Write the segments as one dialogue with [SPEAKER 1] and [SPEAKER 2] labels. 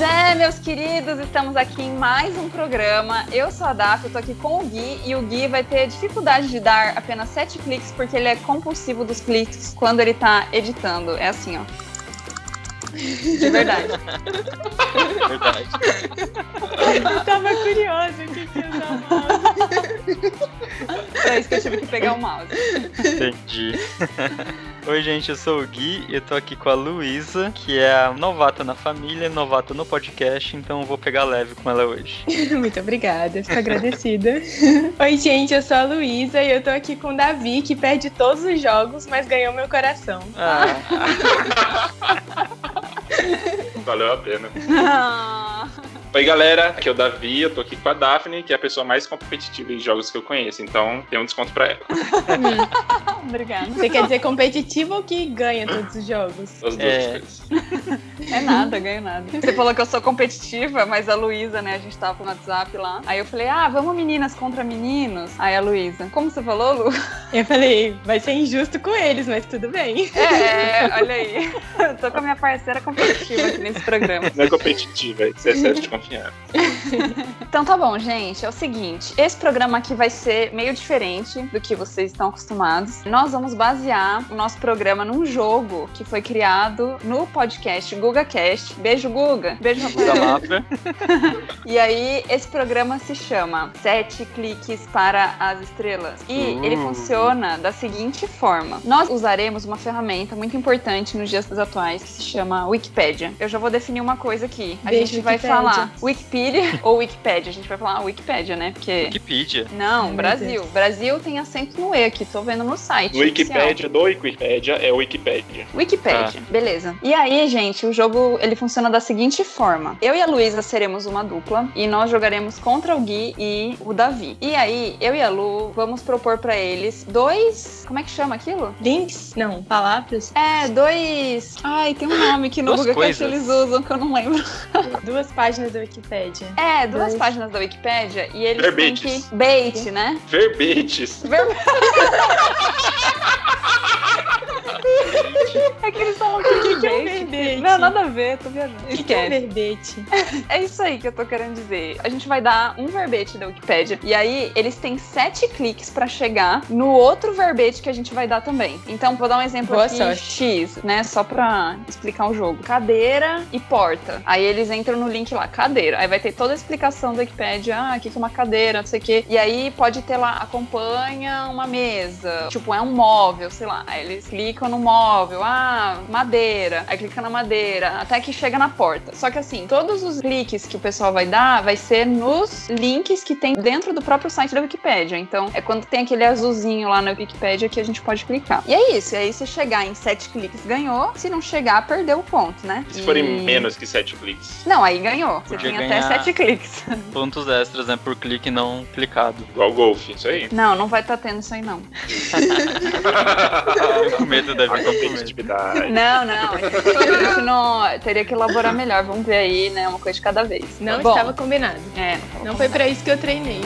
[SPEAKER 1] é, queridos, estamos aqui em mais um programa. Eu sou a Daf, eu tô aqui com o Gui e o Gui vai ter dificuldade de dar apenas sete cliques porque ele é compulsivo dos cliques quando ele tá editando. É assim, ó. De verdade.
[SPEAKER 2] Verdade.
[SPEAKER 3] Eu tava curiosa, o que que ia dar mal?
[SPEAKER 1] Pra É isso que eu tive que pegar o mouse.
[SPEAKER 2] Entendi. Oi, gente, eu sou o Gui e eu tô aqui com a Luísa, que é a novata na família, novata no podcast, então eu vou pegar leve com ela hoje.
[SPEAKER 3] Muito obrigada, fico agradecida. Oi, gente, eu sou a Luísa e eu tô aqui com o Davi, que perde todos os jogos, mas ganhou meu coração.
[SPEAKER 2] Ah,
[SPEAKER 4] Valeu a pena.
[SPEAKER 1] Ah,
[SPEAKER 4] Oi, galera. Aqui é o Davi. Eu tô aqui com a Daphne, que é a pessoa mais competitiva em jogos que eu conheço. Então, tem um desconto pra ela.
[SPEAKER 3] Hum,
[SPEAKER 1] obrigada.
[SPEAKER 3] Você quer dizer competitivo ou que ganha todos os jogos?
[SPEAKER 4] As duas
[SPEAKER 2] É.
[SPEAKER 4] coisas.
[SPEAKER 1] É nada, ganho nada. Você falou que eu sou competitiva, mas a Luísa, né, a gente tava no WhatsApp lá. Aí eu falei, ah, vamos meninas contra meninos. Aí a Luísa, como você falou, Lu?
[SPEAKER 3] Eu falei, vai ser injusto com eles, mas tudo bem.
[SPEAKER 1] É, olha aí. Eu tô com a minha parceira competitiva aqui nesse programa.
[SPEAKER 4] Não é competitiva, é excesso de confiança.
[SPEAKER 1] Então tá bom, gente. É o seguinte: esse programa aqui vai ser meio diferente do que vocês estão acostumados. Nós vamos basear o nosso programa num jogo que foi criado no podcast GugaCast. Beijo, Guga. Beijo,
[SPEAKER 2] da
[SPEAKER 1] Rafael.
[SPEAKER 2] Mafra.
[SPEAKER 1] E aí, esse programa se chama Sete Cliques para as Estrelas. E
[SPEAKER 2] Hum.
[SPEAKER 1] ele funciona da seguinte forma: nós usaremos uma ferramenta muito importante nos dias atuais que se chama Wikipedia. Eu já vou definir uma coisa aqui. A
[SPEAKER 3] Beijo,
[SPEAKER 1] gente vai
[SPEAKER 3] Wikipédia.
[SPEAKER 1] falar Wikipedia ou Wikipedia. A gente vai falar Wikipedia, né? Porque.
[SPEAKER 2] Wikipedia.
[SPEAKER 1] Não,
[SPEAKER 3] Ai, meu
[SPEAKER 1] Brasil.
[SPEAKER 3] Deus.
[SPEAKER 1] Brasil tem acento no E aqui, tô vendo no site.
[SPEAKER 4] No
[SPEAKER 1] oficial.
[SPEAKER 4] Wikipedia, do Wikipedia, é Wikipedia.
[SPEAKER 1] Wikipedia,
[SPEAKER 2] Ah.
[SPEAKER 1] beleza. E aí, gente, o jogo ele funciona da seguinte forma: eu e a Luísa seremos uma dupla e nós jogaremos contra o Gui e o Davi. E aí, eu e a Lu vamos propor pra eles dois, como é que chama aquilo?
[SPEAKER 3] Links? Não, palavras?
[SPEAKER 1] É, dois. Ai, tem um nome que no
[SPEAKER 2] Duas
[SPEAKER 1] Google
[SPEAKER 2] coisas.
[SPEAKER 1] que eles usam que eu não lembro.
[SPEAKER 3] Duas páginas da Wikipédia.
[SPEAKER 1] É, duas
[SPEAKER 3] Dois.
[SPEAKER 1] páginas da Wikipédia e eles têm
[SPEAKER 4] Verbetes.
[SPEAKER 1] que bait, né?
[SPEAKER 4] Verbetes.
[SPEAKER 1] Ver- é que eles falam que
[SPEAKER 3] O que é um
[SPEAKER 1] bait.
[SPEAKER 3] verbete?
[SPEAKER 1] Não, nada a ver, tô viajando.
[SPEAKER 3] O que é um verbete?
[SPEAKER 1] É isso aí que eu tô querendo dizer. A gente vai dar um verbete da Wikipédia. E aí, eles têm sete cliques pra chegar no outro verbete que a gente vai dar também. Então, vou dar um exemplo
[SPEAKER 3] Boa
[SPEAKER 1] aqui.
[SPEAKER 3] sorte.
[SPEAKER 1] X, né? Só pra explicar o jogo. Cadeira e porta. Aí eles entram no link lá, cadeira. Aí vai ter toda a explicação da Wikipédia. Ah, o que que é uma cadeira, não sei o quê. E aí pode ter lá, acompanha uma mesa. Tipo, é um móvel, sei lá. Aí eles clicam no móvel. Ah, madeira. Aí clica na madeira. Até que chega na porta. Só que assim, todos os cliques que o pessoal vai dar vai ser nos links que tem dentro do próprio site da Wikipédia. Então, é quando tem aquele azulzinho lá na Wikipédia que a gente pode clicar. E é isso. E aí, se chegar em sete cliques, ganhou. Se não chegar, perdeu o ponto, né?
[SPEAKER 4] E Se forem
[SPEAKER 1] E-
[SPEAKER 4] menos que sete cliques.
[SPEAKER 1] Não, aí ganhou. Você
[SPEAKER 2] Podia
[SPEAKER 1] tem
[SPEAKER 2] ganhar-
[SPEAKER 1] até sete cliques.
[SPEAKER 2] Pontos extras, né? Por clique não clicado.
[SPEAKER 4] Igual golfe, isso aí. né?
[SPEAKER 1] Não, não vai estar tendo isso aí, não.
[SPEAKER 2] Tô com medo da
[SPEAKER 4] A
[SPEAKER 2] vida com medo.
[SPEAKER 4] competitividade.
[SPEAKER 1] Não, não. Isso não. Teria que elaborar melhor. Vamos ver aí, né? Uma coisa de cada vez.
[SPEAKER 3] Não
[SPEAKER 1] Bom,
[SPEAKER 3] estava combinado.
[SPEAKER 1] É,
[SPEAKER 3] Não foi pra isso que eu treinei.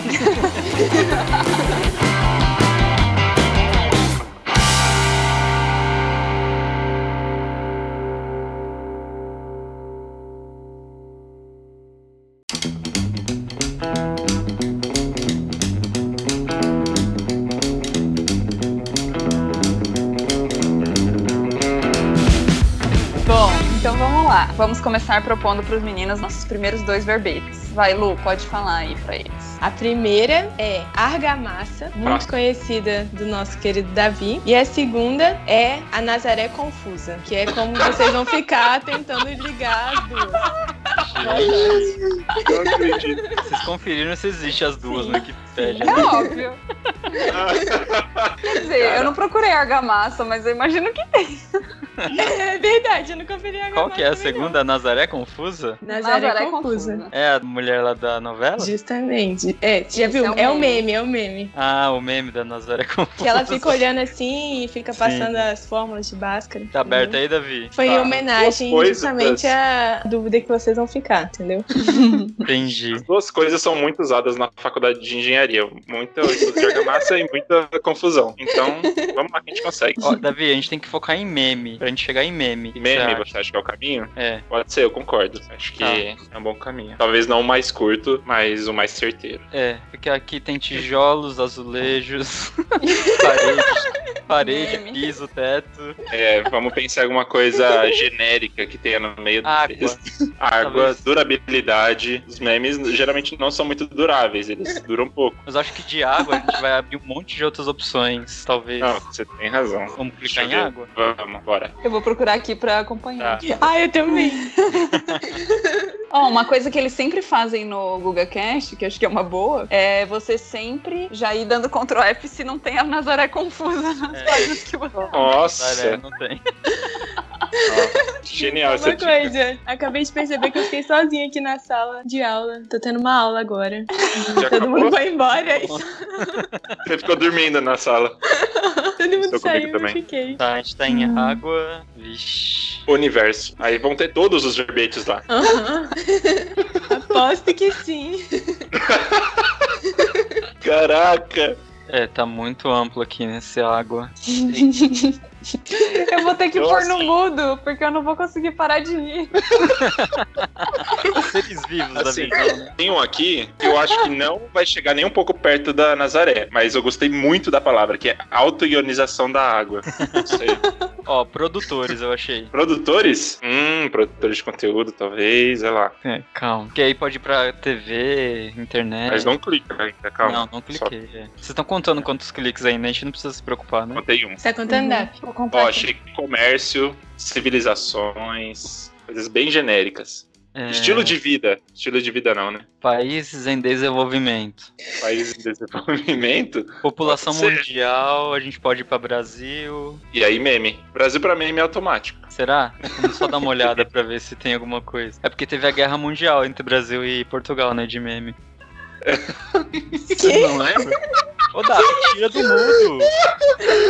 [SPEAKER 1] Bom, então vamos lá. Vamos começar propondo pros meninos nossos primeiros dois verbetes. Vai, Lu, pode falar aí pra eles.
[SPEAKER 3] A primeira é Argamassa, muito
[SPEAKER 4] Próximo.
[SPEAKER 3] conhecida do nosso querido Davi. E a segunda é a Nazaré Confusa, que é como vocês vão ficar tentando ligar as duas.
[SPEAKER 4] Não acredito.
[SPEAKER 2] Vocês conferiram se existe as duas
[SPEAKER 3] Sim.
[SPEAKER 2] no Wikipedia.
[SPEAKER 1] É óbvio. Quer dizer, eu não procurei argamassa, mas eu imagino que
[SPEAKER 3] É verdade, eu nunca virei Argamassa.
[SPEAKER 2] Qual que é a
[SPEAKER 3] também,
[SPEAKER 2] segunda? A Nazaré Confusa?
[SPEAKER 3] não. Nazaré,
[SPEAKER 1] Nazaré
[SPEAKER 3] Confusa.
[SPEAKER 2] É a mulher lá da novela?
[SPEAKER 3] Justamente. É, já
[SPEAKER 1] Esse
[SPEAKER 3] viu?
[SPEAKER 1] é um
[SPEAKER 3] É o
[SPEAKER 1] meme.
[SPEAKER 3] meme, é o meme.
[SPEAKER 2] Ah, o meme da Nazaré Confusa.
[SPEAKER 3] Que ela fica olhando assim e fica
[SPEAKER 2] Sim.
[SPEAKER 3] passando as fórmulas de Bhaskara.
[SPEAKER 2] Tá aberto
[SPEAKER 3] entendeu?
[SPEAKER 2] aí, Davi?
[SPEAKER 3] Foi em
[SPEAKER 2] tá.
[SPEAKER 3] homenagem
[SPEAKER 4] Duas coisas.
[SPEAKER 3] justamente à dúvida que vocês vão ficar, entendeu?
[SPEAKER 2] Entendi.
[SPEAKER 4] As duas coisas são muito usadas na faculdade de engenharia. Muita estudo de argamassa e muita confusão. Então, vamos lá que a gente consegue.
[SPEAKER 2] Ó, Davi, a gente tem que focar em meme pra pra gente chegar em meme. O que que
[SPEAKER 4] Meme,
[SPEAKER 2] você acha?
[SPEAKER 4] você acha que é o caminho?
[SPEAKER 2] É.
[SPEAKER 4] Pode ser, eu concordo. Acho que
[SPEAKER 2] Tá.
[SPEAKER 4] é um bom caminho. Talvez não o mais curto, mas o mais certeiro.
[SPEAKER 2] É, porque aqui tem tijolos, azulejos, parede, parede
[SPEAKER 1] Meme.
[SPEAKER 2] piso, teto,
[SPEAKER 4] É, vamos pensar em alguma coisa genérica que tenha no meio do
[SPEAKER 2] água.
[SPEAKER 4] texto. Água,
[SPEAKER 2] Talvez.
[SPEAKER 4] durabilidade. Os memes geralmente não são muito duráveis, eles duram pouco.
[SPEAKER 2] Mas eu acho que de água a gente vai abrir um monte de outras opções, talvez.
[SPEAKER 4] Não, você tem razão.
[SPEAKER 2] Vamos
[SPEAKER 4] Deixa
[SPEAKER 2] clicar
[SPEAKER 4] eu
[SPEAKER 2] em
[SPEAKER 4] ver.
[SPEAKER 2] água?
[SPEAKER 4] Vamos, bora.
[SPEAKER 1] Eu vou procurar aqui pra acompanhar.
[SPEAKER 4] Tá.
[SPEAKER 3] Ah, eu também.
[SPEAKER 1] Ó, uma coisa que eles sempre fazem no GugaCast, que acho que é uma boa, é você sempre já ir dando Ctrl F se não tem a Nazaré confusa nas
[SPEAKER 2] É.
[SPEAKER 1] páginas que você.
[SPEAKER 2] Nazaré,
[SPEAKER 4] Nossa,
[SPEAKER 2] não tem.
[SPEAKER 4] genial essa
[SPEAKER 3] Uma
[SPEAKER 4] dica.
[SPEAKER 3] coisa, acabei de perceber que eu fiquei sozinha aqui na sala de aula. Tô tendo uma aula agora.
[SPEAKER 4] Já
[SPEAKER 3] Todo
[SPEAKER 4] acabou?
[SPEAKER 3] mundo vai embora. aí só-
[SPEAKER 4] Você ficou dormindo na sala.
[SPEAKER 3] Todo mundo
[SPEAKER 4] Estou comigo
[SPEAKER 3] saiu e eu
[SPEAKER 4] também.
[SPEAKER 3] fiquei.
[SPEAKER 2] Tá, a gente tá em água. Vixe.
[SPEAKER 4] Universo. Aí vão ter todos os verbetes lá.
[SPEAKER 3] Aham. Aposto que sim.
[SPEAKER 4] Caraca!
[SPEAKER 2] É, tá muito amplo aqui nesse água.
[SPEAKER 1] Eu assim. vou ter que pôr no
[SPEAKER 4] Nossa.
[SPEAKER 1] mudo, porque eu não vou conseguir parar de rir.
[SPEAKER 2] Seres vivos da
[SPEAKER 4] Assim.
[SPEAKER 2] visão, né?
[SPEAKER 4] Tem um aqui que eu acho que não vai chegar nem um pouco perto da Nazaré, mas eu gostei muito da palavra, que é auto-ionização da água. Não sei.
[SPEAKER 2] Ó, produtores, eu achei.
[SPEAKER 4] Produtores? Hum, produtores de conteúdo, talvez, sei lá.
[SPEAKER 2] É, calma. Porque aí pode ir pra TV, internet.
[SPEAKER 4] Mas não clica ainda, calma.
[SPEAKER 2] É. Não, não
[SPEAKER 4] Só
[SPEAKER 2] cliquei. é. Vocês estão contando quantos cliques ainda, a gente não precisa se preocupar, né?
[SPEAKER 4] Contei um.
[SPEAKER 3] Você tá contando, Daf?
[SPEAKER 1] Vou
[SPEAKER 4] Ó,
[SPEAKER 1] compartilhar.
[SPEAKER 4] achei comércio, civilizações, coisas bem genéricas.
[SPEAKER 2] É,
[SPEAKER 4] Estilo de vida. Estilo de vida não, né?
[SPEAKER 2] Países em desenvolvimento.
[SPEAKER 4] País em desenvolvimento.
[SPEAKER 2] População
[SPEAKER 4] Pode ser.
[SPEAKER 2] mundial, a gente pode ir pra Brasil.
[SPEAKER 4] E aí, meme. Brasil pra meme é automático.
[SPEAKER 2] Será? Vamos só dar uma olhada pra ver se tem alguma coisa. É porque teve a guerra mundial entre Brasil e Portugal, né, de meme.
[SPEAKER 4] Vocês não lembram?
[SPEAKER 2] Ô, Dá, tira do mundo!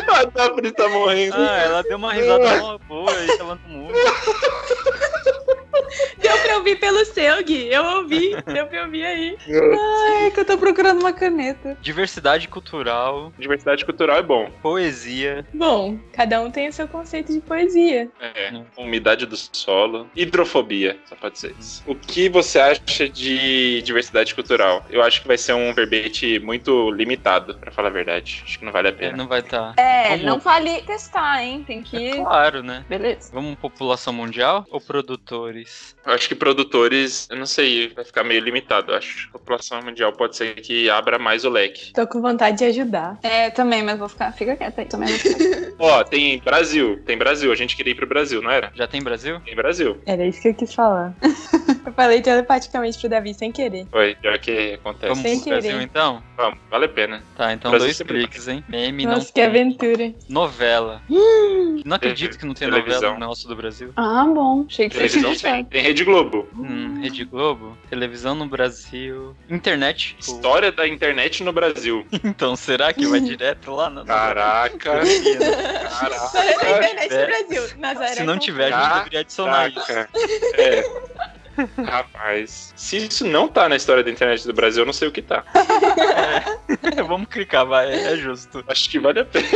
[SPEAKER 4] A Daphne tá morrendo.
[SPEAKER 2] Ah, ela deu uma risada
[SPEAKER 4] É.
[SPEAKER 2] mó boa e tava no mundo.
[SPEAKER 3] Deu pra ouvir pelo seu, Gui. Eu ouvi. Deu pra ouvir aí.
[SPEAKER 2] Ah.
[SPEAKER 1] Ai, é que eu tô procurando uma caneta.
[SPEAKER 2] Diversidade cultural,
[SPEAKER 4] Diversidade cultural é bom.
[SPEAKER 2] poesia.
[SPEAKER 3] Bom, cada um tem o seu conceito de poesia.
[SPEAKER 4] É. Umidade do solo. Hidrofobia, só pode ser isso. O que você acha de diversidade cultural? Eu acho que vai ser um verbete muito limitado, pra falar a verdade. Acho que não vale a
[SPEAKER 2] É,
[SPEAKER 4] pena.
[SPEAKER 2] não vai estar. Tá.
[SPEAKER 1] É,
[SPEAKER 2] Vamos.
[SPEAKER 1] não vale testar, hein? Tem que.
[SPEAKER 2] Claro, né?
[SPEAKER 1] Beleza.
[SPEAKER 2] Vamos população mundial ou produtores?
[SPEAKER 4] Eu acho que produtores, eu não sei, vai ficar meio limitado. Eu acho a população mundial pode ser que abra mais o leque.
[SPEAKER 3] Tô com vontade de ajudar.
[SPEAKER 1] É, também, mas vou ficar. Fica quieta aí também. vou ficar-
[SPEAKER 4] Ó, tem Brasil, tem Brasil. A gente queria ir pro Brasil, não era?
[SPEAKER 2] Já tem Brasil?
[SPEAKER 4] Tem Brasil.
[SPEAKER 3] Era isso que eu quis falar. eu falei telepaticamente pro Davi sem querer.
[SPEAKER 4] Foi, pior que acontece.
[SPEAKER 2] Vamos
[SPEAKER 3] Sem
[SPEAKER 2] pro Brasil
[SPEAKER 3] querer.
[SPEAKER 2] então?
[SPEAKER 4] Vamos, vale a pena.
[SPEAKER 2] Tá, então
[SPEAKER 4] É. Brasil
[SPEAKER 2] dois
[SPEAKER 4] sempre
[SPEAKER 2] cliques, hein? Meme não.
[SPEAKER 3] Nossa, que é
[SPEAKER 2] tem.
[SPEAKER 3] aventura.
[SPEAKER 2] Novela. Não acredito que não tem novela
[SPEAKER 4] Televisão.
[SPEAKER 2] no nosso do Brasil.
[SPEAKER 1] Ah, bom. Achei que você tinha
[SPEAKER 4] Televisão tem.
[SPEAKER 1] deixado.
[SPEAKER 4] Tem Rede Globo.
[SPEAKER 2] Hum, Rede Globo, televisão no Brasil, internet. tipo,
[SPEAKER 4] História da internet no Brasil.
[SPEAKER 2] Então, será que vai direto lá na.
[SPEAKER 4] Caraca,
[SPEAKER 3] Na
[SPEAKER 4] caraca,
[SPEAKER 3] internet do
[SPEAKER 2] tiver-
[SPEAKER 3] Brasil. Nazaré
[SPEAKER 2] Se
[SPEAKER 1] um
[SPEAKER 2] não tiver, a gente
[SPEAKER 4] Caraca.
[SPEAKER 2] deveria adicionar isso.
[SPEAKER 4] caraca. É. Rapaz, se isso não tá na história da internet do Brasil, eu não sei o que tá.
[SPEAKER 2] É, vamos clicar, vai, é justo.
[SPEAKER 4] Acho que vale a pena.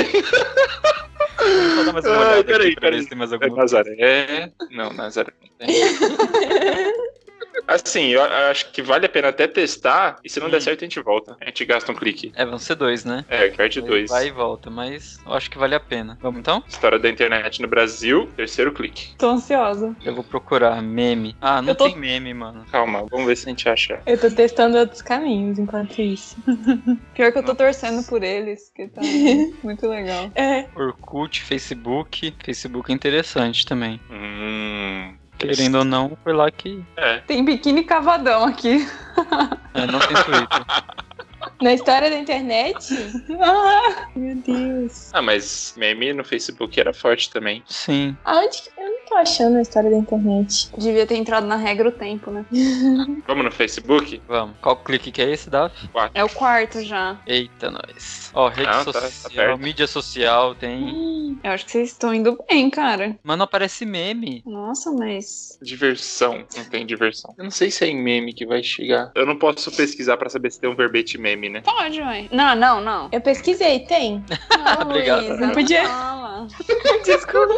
[SPEAKER 2] Só dar mais uma
[SPEAKER 4] Ai,
[SPEAKER 2] olhada
[SPEAKER 4] Ah, peraí,
[SPEAKER 2] aqui pra
[SPEAKER 4] peraí.
[SPEAKER 2] ver se tem mais
[SPEAKER 4] É
[SPEAKER 2] alguma
[SPEAKER 4] Nazaré. Não, Nazaré não tem. Assim, eu eu acho que vale a pena até testar. E se não
[SPEAKER 2] Hum.
[SPEAKER 4] der certo, a gente volta. A gente gasta um clique.
[SPEAKER 2] É, vão ser dois, né?
[SPEAKER 4] É, parte 2.
[SPEAKER 2] Vai e volta, mas eu acho que vale a pena. Vamos então?
[SPEAKER 4] História da internet no Brasil, terceiro clique.
[SPEAKER 1] Tô ansiosa.
[SPEAKER 2] Eu vou procurar meme. Ah, não
[SPEAKER 1] Eu tô-
[SPEAKER 2] tem meme, mano.
[SPEAKER 4] Calma, vamos ver se a gente acha.
[SPEAKER 3] Eu tô testando outros caminhos enquanto isso.
[SPEAKER 1] Pior que eu tô
[SPEAKER 4] Nossa.
[SPEAKER 1] torcendo por eles, que tá muito legal.
[SPEAKER 3] É.
[SPEAKER 2] Orkut, Facebook. Facebook é interessante também.
[SPEAKER 4] Hum.
[SPEAKER 2] Querendo ou não, foi lá que.
[SPEAKER 4] É.
[SPEAKER 1] Tem biquíni cavadão aqui.
[SPEAKER 2] É, não tem Twitter.
[SPEAKER 3] Na história da internet? Ah, meu Deus.
[SPEAKER 4] Ah, mas meme no Facebook era forte também.
[SPEAKER 2] Sim.
[SPEAKER 3] Aonde que... Eu não tô achando a história da internet.
[SPEAKER 1] Devia ter entrado na regra o tempo, né?
[SPEAKER 4] Vamos no Facebook?
[SPEAKER 2] Vamos. Qual clique que é esse, Daf?
[SPEAKER 1] É o quarto já.
[SPEAKER 2] Eita, nós. Ó, rede
[SPEAKER 4] Ah, tá- tá
[SPEAKER 2] social,
[SPEAKER 4] perto.
[SPEAKER 2] mídia social tem.
[SPEAKER 1] Eu acho que vocês estão indo bem, cara.
[SPEAKER 2] Mas não aparece meme.
[SPEAKER 1] Nossa, mas.
[SPEAKER 4] Diversão. Não tem diversão. Eu não sei se é em meme que vai chegar. Eu não posso pesquisar pra saber se tem um verbete meme, né?
[SPEAKER 1] Pode, ué. Não, não, não.
[SPEAKER 3] Eu pesquisei, tem.
[SPEAKER 1] Não,
[SPEAKER 2] Obrigado.
[SPEAKER 1] Luísa,
[SPEAKER 3] Não podia.
[SPEAKER 1] fala. Ah, desculpa.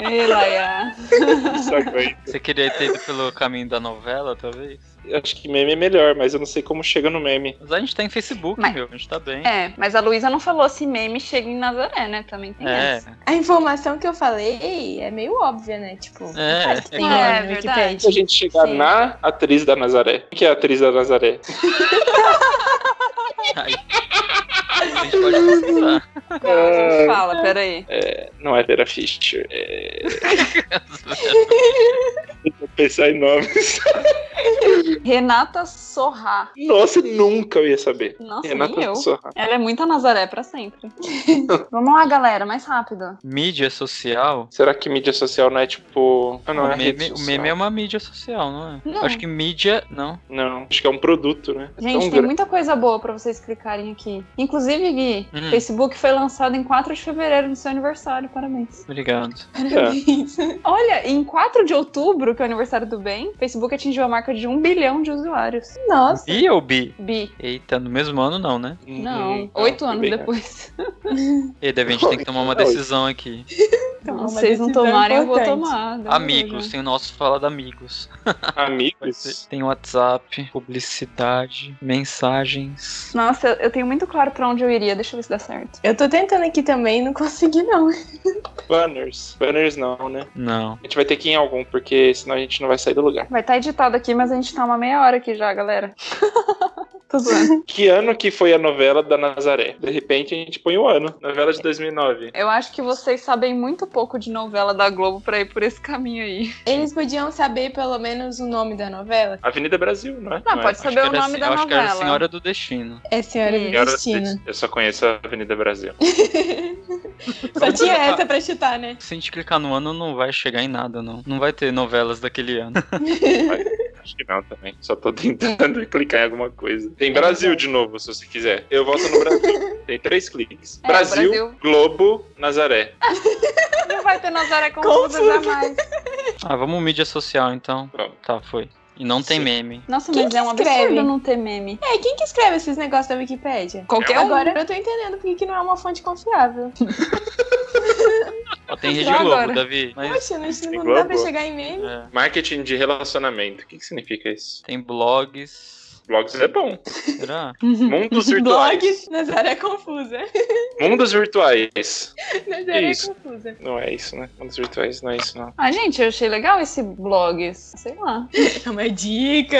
[SPEAKER 1] Ei, Laia.
[SPEAKER 4] Só que vai-
[SPEAKER 2] Você queria ter ido pelo caminho da novela, talvez?
[SPEAKER 4] eu acho que meme é melhor, mas eu não sei como chega no meme.
[SPEAKER 2] Mas a gente tá em Facebook,
[SPEAKER 1] Mas-
[SPEAKER 2] meu. A gente tá bem.
[SPEAKER 1] É, mas a Luísa não falou se meme chega em Nazaré, né? Também tem
[SPEAKER 2] É,
[SPEAKER 1] essa.
[SPEAKER 3] A informação que eu falei é meio óbvia, né? Tipo,
[SPEAKER 2] É.
[SPEAKER 3] não faz que tem
[SPEAKER 1] É,
[SPEAKER 3] nome
[SPEAKER 1] é
[SPEAKER 3] no
[SPEAKER 1] verdade.
[SPEAKER 4] Se a
[SPEAKER 3] Wikipedia.
[SPEAKER 4] gente chegar
[SPEAKER 1] Sim.
[SPEAKER 4] na atriz da Nazaré. Quem que é a atriz da Nazaré?
[SPEAKER 2] a gente pode pensar.
[SPEAKER 1] Não, a gente fala, peraí.
[SPEAKER 4] Não é Vera Fischer. É... Vou pensar em nomes.
[SPEAKER 1] Renata Sorra.
[SPEAKER 4] Nossa, nunca eu ia saber.
[SPEAKER 1] Nossa, nem eu.
[SPEAKER 4] Renata Sorra.
[SPEAKER 1] Ela é muita Nazaré pra sempre. Vamos lá, galera, mais
[SPEAKER 4] É
[SPEAKER 1] rápido.
[SPEAKER 2] Mídia social?
[SPEAKER 4] Será que mídia social não é tipo. Ah, não, é
[SPEAKER 2] o,
[SPEAKER 4] rede
[SPEAKER 2] meme, o
[SPEAKER 4] social.
[SPEAKER 2] meme é uma mídia social, não é?
[SPEAKER 1] Não.
[SPEAKER 2] Acho que mídia. Não.
[SPEAKER 4] Não, acho que é um produto, né? É
[SPEAKER 1] Gente,
[SPEAKER 4] tão
[SPEAKER 1] tem
[SPEAKER 4] grande.
[SPEAKER 1] muita coisa boa pra vocês clicarem aqui. Inclusive, Gui,
[SPEAKER 2] Hum.
[SPEAKER 1] Facebook foi lançado em 4 de fevereiro, no seu aniversário. Parabéns.
[SPEAKER 2] Obrigado.
[SPEAKER 4] Ah,
[SPEAKER 1] É. Olha, em 4 de outubro, que é o aniversário do bem, Facebook atingiu a marca de 1 bilhão de usuários.
[SPEAKER 3] Nossa.
[SPEAKER 2] Bi ou bi?
[SPEAKER 1] Bi.
[SPEAKER 2] Eita, no mesmo ano não, né?
[SPEAKER 4] É.
[SPEAKER 1] Não,
[SPEAKER 4] Uhum.
[SPEAKER 1] oito
[SPEAKER 4] Não,
[SPEAKER 1] anos
[SPEAKER 4] bem-
[SPEAKER 1] depois.
[SPEAKER 2] E daí a gente tem que tomar uma decisão aqui.
[SPEAKER 1] Então,
[SPEAKER 3] Uma
[SPEAKER 1] vocês não
[SPEAKER 3] decisão
[SPEAKER 1] tomarem, eu vou
[SPEAKER 3] é importante.
[SPEAKER 1] tomar. Deus
[SPEAKER 2] Amigos,
[SPEAKER 1] me
[SPEAKER 2] tem o nosso fala de amigos.
[SPEAKER 4] Amigos?
[SPEAKER 2] Tem WhatsApp, publicidade, mensagens.
[SPEAKER 1] ajude. Nossa, eu tenho muito claro pra onde eu iria. Deixa eu ver se dá certo.
[SPEAKER 3] Eu tô tentando aqui também, não consegui não.
[SPEAKER 4] Banners. Banners não, né?
[SPEAKER 2] Não.
[SPEAKER 4] A gente vai ter que ir em algum, porque senão a gente não vai sair do lugar.
[SPEAKER 1] Vai estar editado aqui, mas a gente tá uma meia hora aqui já, galera. Tô zoando.
[SPEAKER 4] Que ano que foi a novela da Nazaré? De repente a gente põe o ano. Novela de 2009.
[SPEAKER 1] Eu acho que vocês sabem muito pouco de novela da Globo pra ir por esse caminho aí.
[SPEAKER 3] Eles podiam saber pelo menos o nome da novela.
[SPEAKER 4] Avenida Brasil, não é?
[SPEAKER 1] Não,
[SPEAKER 4] é?
[SPEAKER 1] pode
[SPEAKER 2] Acho
[SPEAKER 1] saber
[SPEAKER 2] que
[SPEAKER 1] o
[SPEAKER 2] era
[SPEAKER 1] nome
[SPEAKER 2] assim-
[SPEAKER 1] da
[SPEAKER 2] eu Acho que era
[SPEAKER 1] novela.
[SPEAKER 2] Senhora do Destino.
[SPEAKER 3] É Senhora
[SPEAKER 1] Hum.
[SPEAKER 3] do
[SPEAKER 4] Eu,
[SPEAKER 3] Destino.
[SPEAKER 4] eu só conheço a Avenida Brasil.
[SPEAKER 3] Só tinha essa pra chutar, né?
[SPEAKER 2] Se a gente clicar no ano, não vai chegar em nada, não. Não vai ter novelas daquele ano.
[SPEAKER 4] Acho que não também. Só tô tentando clicar em alguma coisa. Tem Brasil de novo, se você quiser. Eu volto no Brasil. Tem três cliques.
[SPEAKER 1] É,
[SPEAKER 4] Brasil,
[SPEAKER 1] Brasil.
[SPEAKER 4] Globo, Nazaré.
[SPEAKER 1] Não vai ter Nazaré Confusa
[SPEAKER 3] Confusa.
[SPEAKER 1] jamais.
[SPEAKER 2] Ah, vamos mídia social então.
[SPEAKER 4] Vamos.
[SPEAKER 2] Tá, foi. E não tem
[SPEAKER 4] Sim.
[SPEAKER 2] meme.
[SPEAKER 1] Nossa,
[SPEAKER 3] Quem
[SPEAKER 1] mas
[SPEAKER 3] que
[SPEAKER 1] é um
[SPEAKER 3] escreve?
[SPEAKER 1] absurdo não ter meme.
[SPEAKER 3] É, quem que escreve esses negócios da Wikipédia?
[SPEAKER 1] Qualquer um.
[SPEAKER 3] Agora eu tô entendendo porque que não é uma fonte confiável.
[SPEAKER 2] Ó, tem Rede
[SPEAKER 1] Só
[SPEAKER 2] Globo,
[SPEAKER 1] agora. assim?
[SPEAKER 2] Davi. Mas
[SPEAKER 3] Poxa, não,
[SPEAKER 4] Tem
[SPEAKER 3] não dá pra
[SPEAKER 4] Globo?
[SPEAKER 3] chegar em meme.
[SPEAKER 2] é,
[SPEAKER 4] Marketing de relacionamento. O que, que significa isso?
[SPEAKER 2] tem blogs.
[SPEAKER 4] Blogs é bom.
[SPEAKER 2] Será?
[SPEAKER 4] Mundos virtuais.
[SPEAKER 3] Blogs, Nazaré é Confusa.
[SPEAKER 4] Mundos virtuais.
[SPEAKER 3] Nazaré
[SPEAKER 4] Isso.
[SPEAKER 3] Confusa.
[SPEAKER 4] Não é isso, né? Mundos virtuais não é isso, não.
[SPEAKER 1] Ah, gente, eu achei legal esse blogs. Sei lá.
[SPEAKER 3] É uma dica.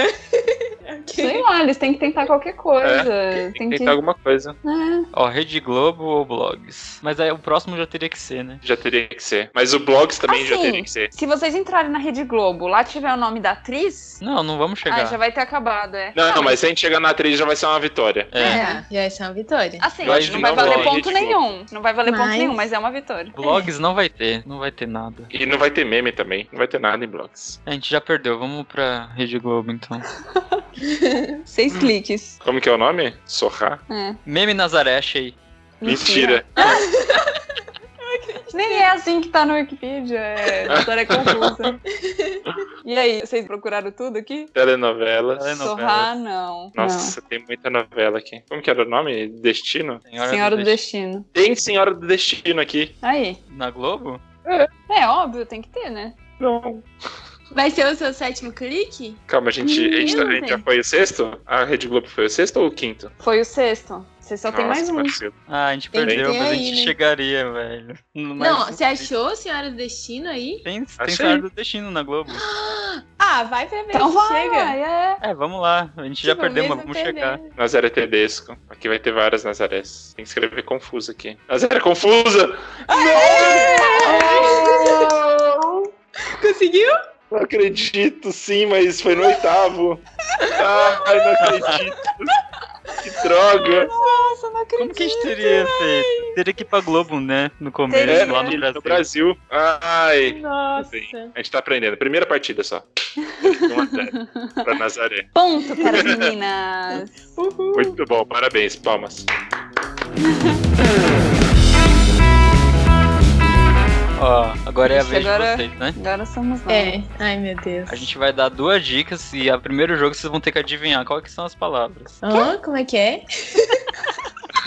[SPEAKER 1] Sei lá, eles têm que tentar qualquer coisa.
[SPEAKER 4] É. Tem
[SPEAKER 1] tem
[SPEAKER 4] que
[SPEAKER 1] que.
[SPEAKER 4] tentar alguma coisa.
[SPEAKER 1] É.
[SPEAKER 2] Ó, Rede Globo ou blogs? Mas aí o próximo já teria que ser, né?
[SPEAKER 4] Já teria que ser. Mas o Blogs também já
[SPEAKER 1] Assim.
[SPEAKER 4] teria que ser.
[SPEAKER 1] Se vocês entrarem na Rede Globo, lá tiver o nome da atriz,
[SPEAKER 2] Não, não vamos
[SPEAKER 1] ah,
[SPEAKER 2] chegar.
[SPEAKER 1] já vai ter acabado, é.
[SPEAKER 4] Não, não, mas se a gente chegar na atriz já vai ser uma vitória.
[SPEAKER 2] É.
[SPEAKER 3] Já, já essa é uma vitória.
[SPEAKER 1] Assim,
[SPEAKER 2] Vai
[SPEAKER 1] não
[SPEAKER 2] virar
[SPEAKER 1] vai
[SPEAKER 2] um
[SPEAKER 1] valer
[SPEAKER 2] blog,
[SPEAKER 1] ponto
[SPEAKER 4] Rede Globo.
[SPEAKER 1] nenhum. Não vai valer ponto
[SPEAKER 3] Mas-
[SPEAKER 1] nenhum, mas é uma vitória.
[SPEAKER 2] Blogs não vai ter, não vai ter nada.
[SPEAKER 4] E não vai ter meme também. Não vai ter nada em Blogs.
[SPEAKER 2] A gente já perdeu, vamos pra Rede Globo então.
[SPEAKER 1] Seis cliques.
[SPEAKER 4] Como que é o nome? Sorra?
[SPEAKER 1] É.
[SPEAKER 2] Meme Nazaré, achei.
[SPEAKER 4] Mentira.
[SPEAKER 1] Nem é assim que tá no Wikipedia. É história confusa. E aí, vocês procuraram tudo aqui?
[SPEAKER 4] Telenovelas.
[SPEAKER 2] Telenovelas.
[SPEAKER 1] Sorrar, não.
[SPEAKER 4] Nossa, tem muita novela aqui. Como que era o nome? Destino?
[SPEAKER 1] Não. Senhora do Destino.
[SPEAKER 4] Tem Senhora do Destino aqui.
[SPEAKER 1] Aí.
[SPEAKER 2] Destino. Na Globo?
[SPEAKER 1] É óbvio, tem que ter, né?
[SPEAKER 4] Não.
[SPEAKER 3] Vai ser o seu sétimo clique?
[SPEAKER 4] Calma, a gente, a gente, tá- a
[SPEAKER 1] Hum,
[SPEAKER 4] gente já foi o sexto? A Rede Globo foi o sexto ou o quinto?
[SPEAKER 1] Foi o sexto. Vocês só tem
[SPEAKER 4] Nossa,
[SPEAKER 1] mais um.
[SPEAKER 4] parecido.
[SPEAKER 2] Ah, a gente
[SPEAKER 3] Tem que
[SPEAKER 2] perdeu,
[SPEAKER 3] ter
[SPEAKER 2] mas a
[SPEAKER 3] aí,
[SPEAKER 2] gente
[SPEAKER 3] né?
[SPEAKER 2] chegaria, velho.
[SPEAKER 3] não, você achou Senhora do Destino aí?
[SPEAKER 2] Tem, tem
[SPEAKER 4] Achei.
[SPEAKER 2] Senhora do Destino na Globo.
[SPEAKER 3] Ah, vai pra ver
[SPEAKER 1] Então
[SPEAKER 3] se
[SPEAKER 1] vai,
[SPEAKER 3] chega.
[SPEAKER 1] é.
[SPEAKER 2] É, vamos lá. A gente já
[SPEAKER 3] Tipo,
[SPEAKER 2] perdeu, mas
[SPEAKER 3] mesmo
[SPEAKER 2] vamos chegar.
[SPEAKER 3] perdendo.
[SPEAKER 4] Nazaré Tedesco. Aqui vai ter várias Nazarés. Tem que escrever confuso aqui. Nazaré Confusa!
[SPEAKER 1] É.
[SPEAKER 4] Não!
[SPEAKER 3] Conseguiu?
[SPEAKER 4] Não acredito, sim, mas foi no oitavo. Ai, não acredito. Que droga.
[SPEAKER 3] Nossa, não acredito.
[SPEAKER 2] Como que a gente teria feito? Teria que ir pra Globo, né? No começo,
[SPEAKER 1] Teria.
[SPEAKER 2] lá no
[SPEAKER 4] menino,
[SPEAKER 2] Brasil.
[SPEAKER 4] É, no Brasil. Ai.
[SPEAKER 3] Nossa.
[SPEAKER 4] A gente tá aprendendo. Primeira partida só. 1 a 0 pra Nazaré.
[SPEAKER 1] Ponto para as meninas.
[SPEAKER 3] Uhul.
[SPEAKER 4] Muito bom, parabéns, palmas.
[SPEAKER 2] Ó, agora é a
[SPEAKER 1] Acho que
[SPEAKER 2] vez
[SPEAKER 1] agora-
[SPEAKER 2] de vocês, né?
[SPEAKER 1] Agora somos nós.
[SPEAKER 3] É. Ai, meu Deus.
[SPEAKER 2] A gente vai dar duas dicas e a primeiro jogo vocês vão ter que adivinhar qual que são as palavras.
[SPEAKER 3] Hã? como é que é?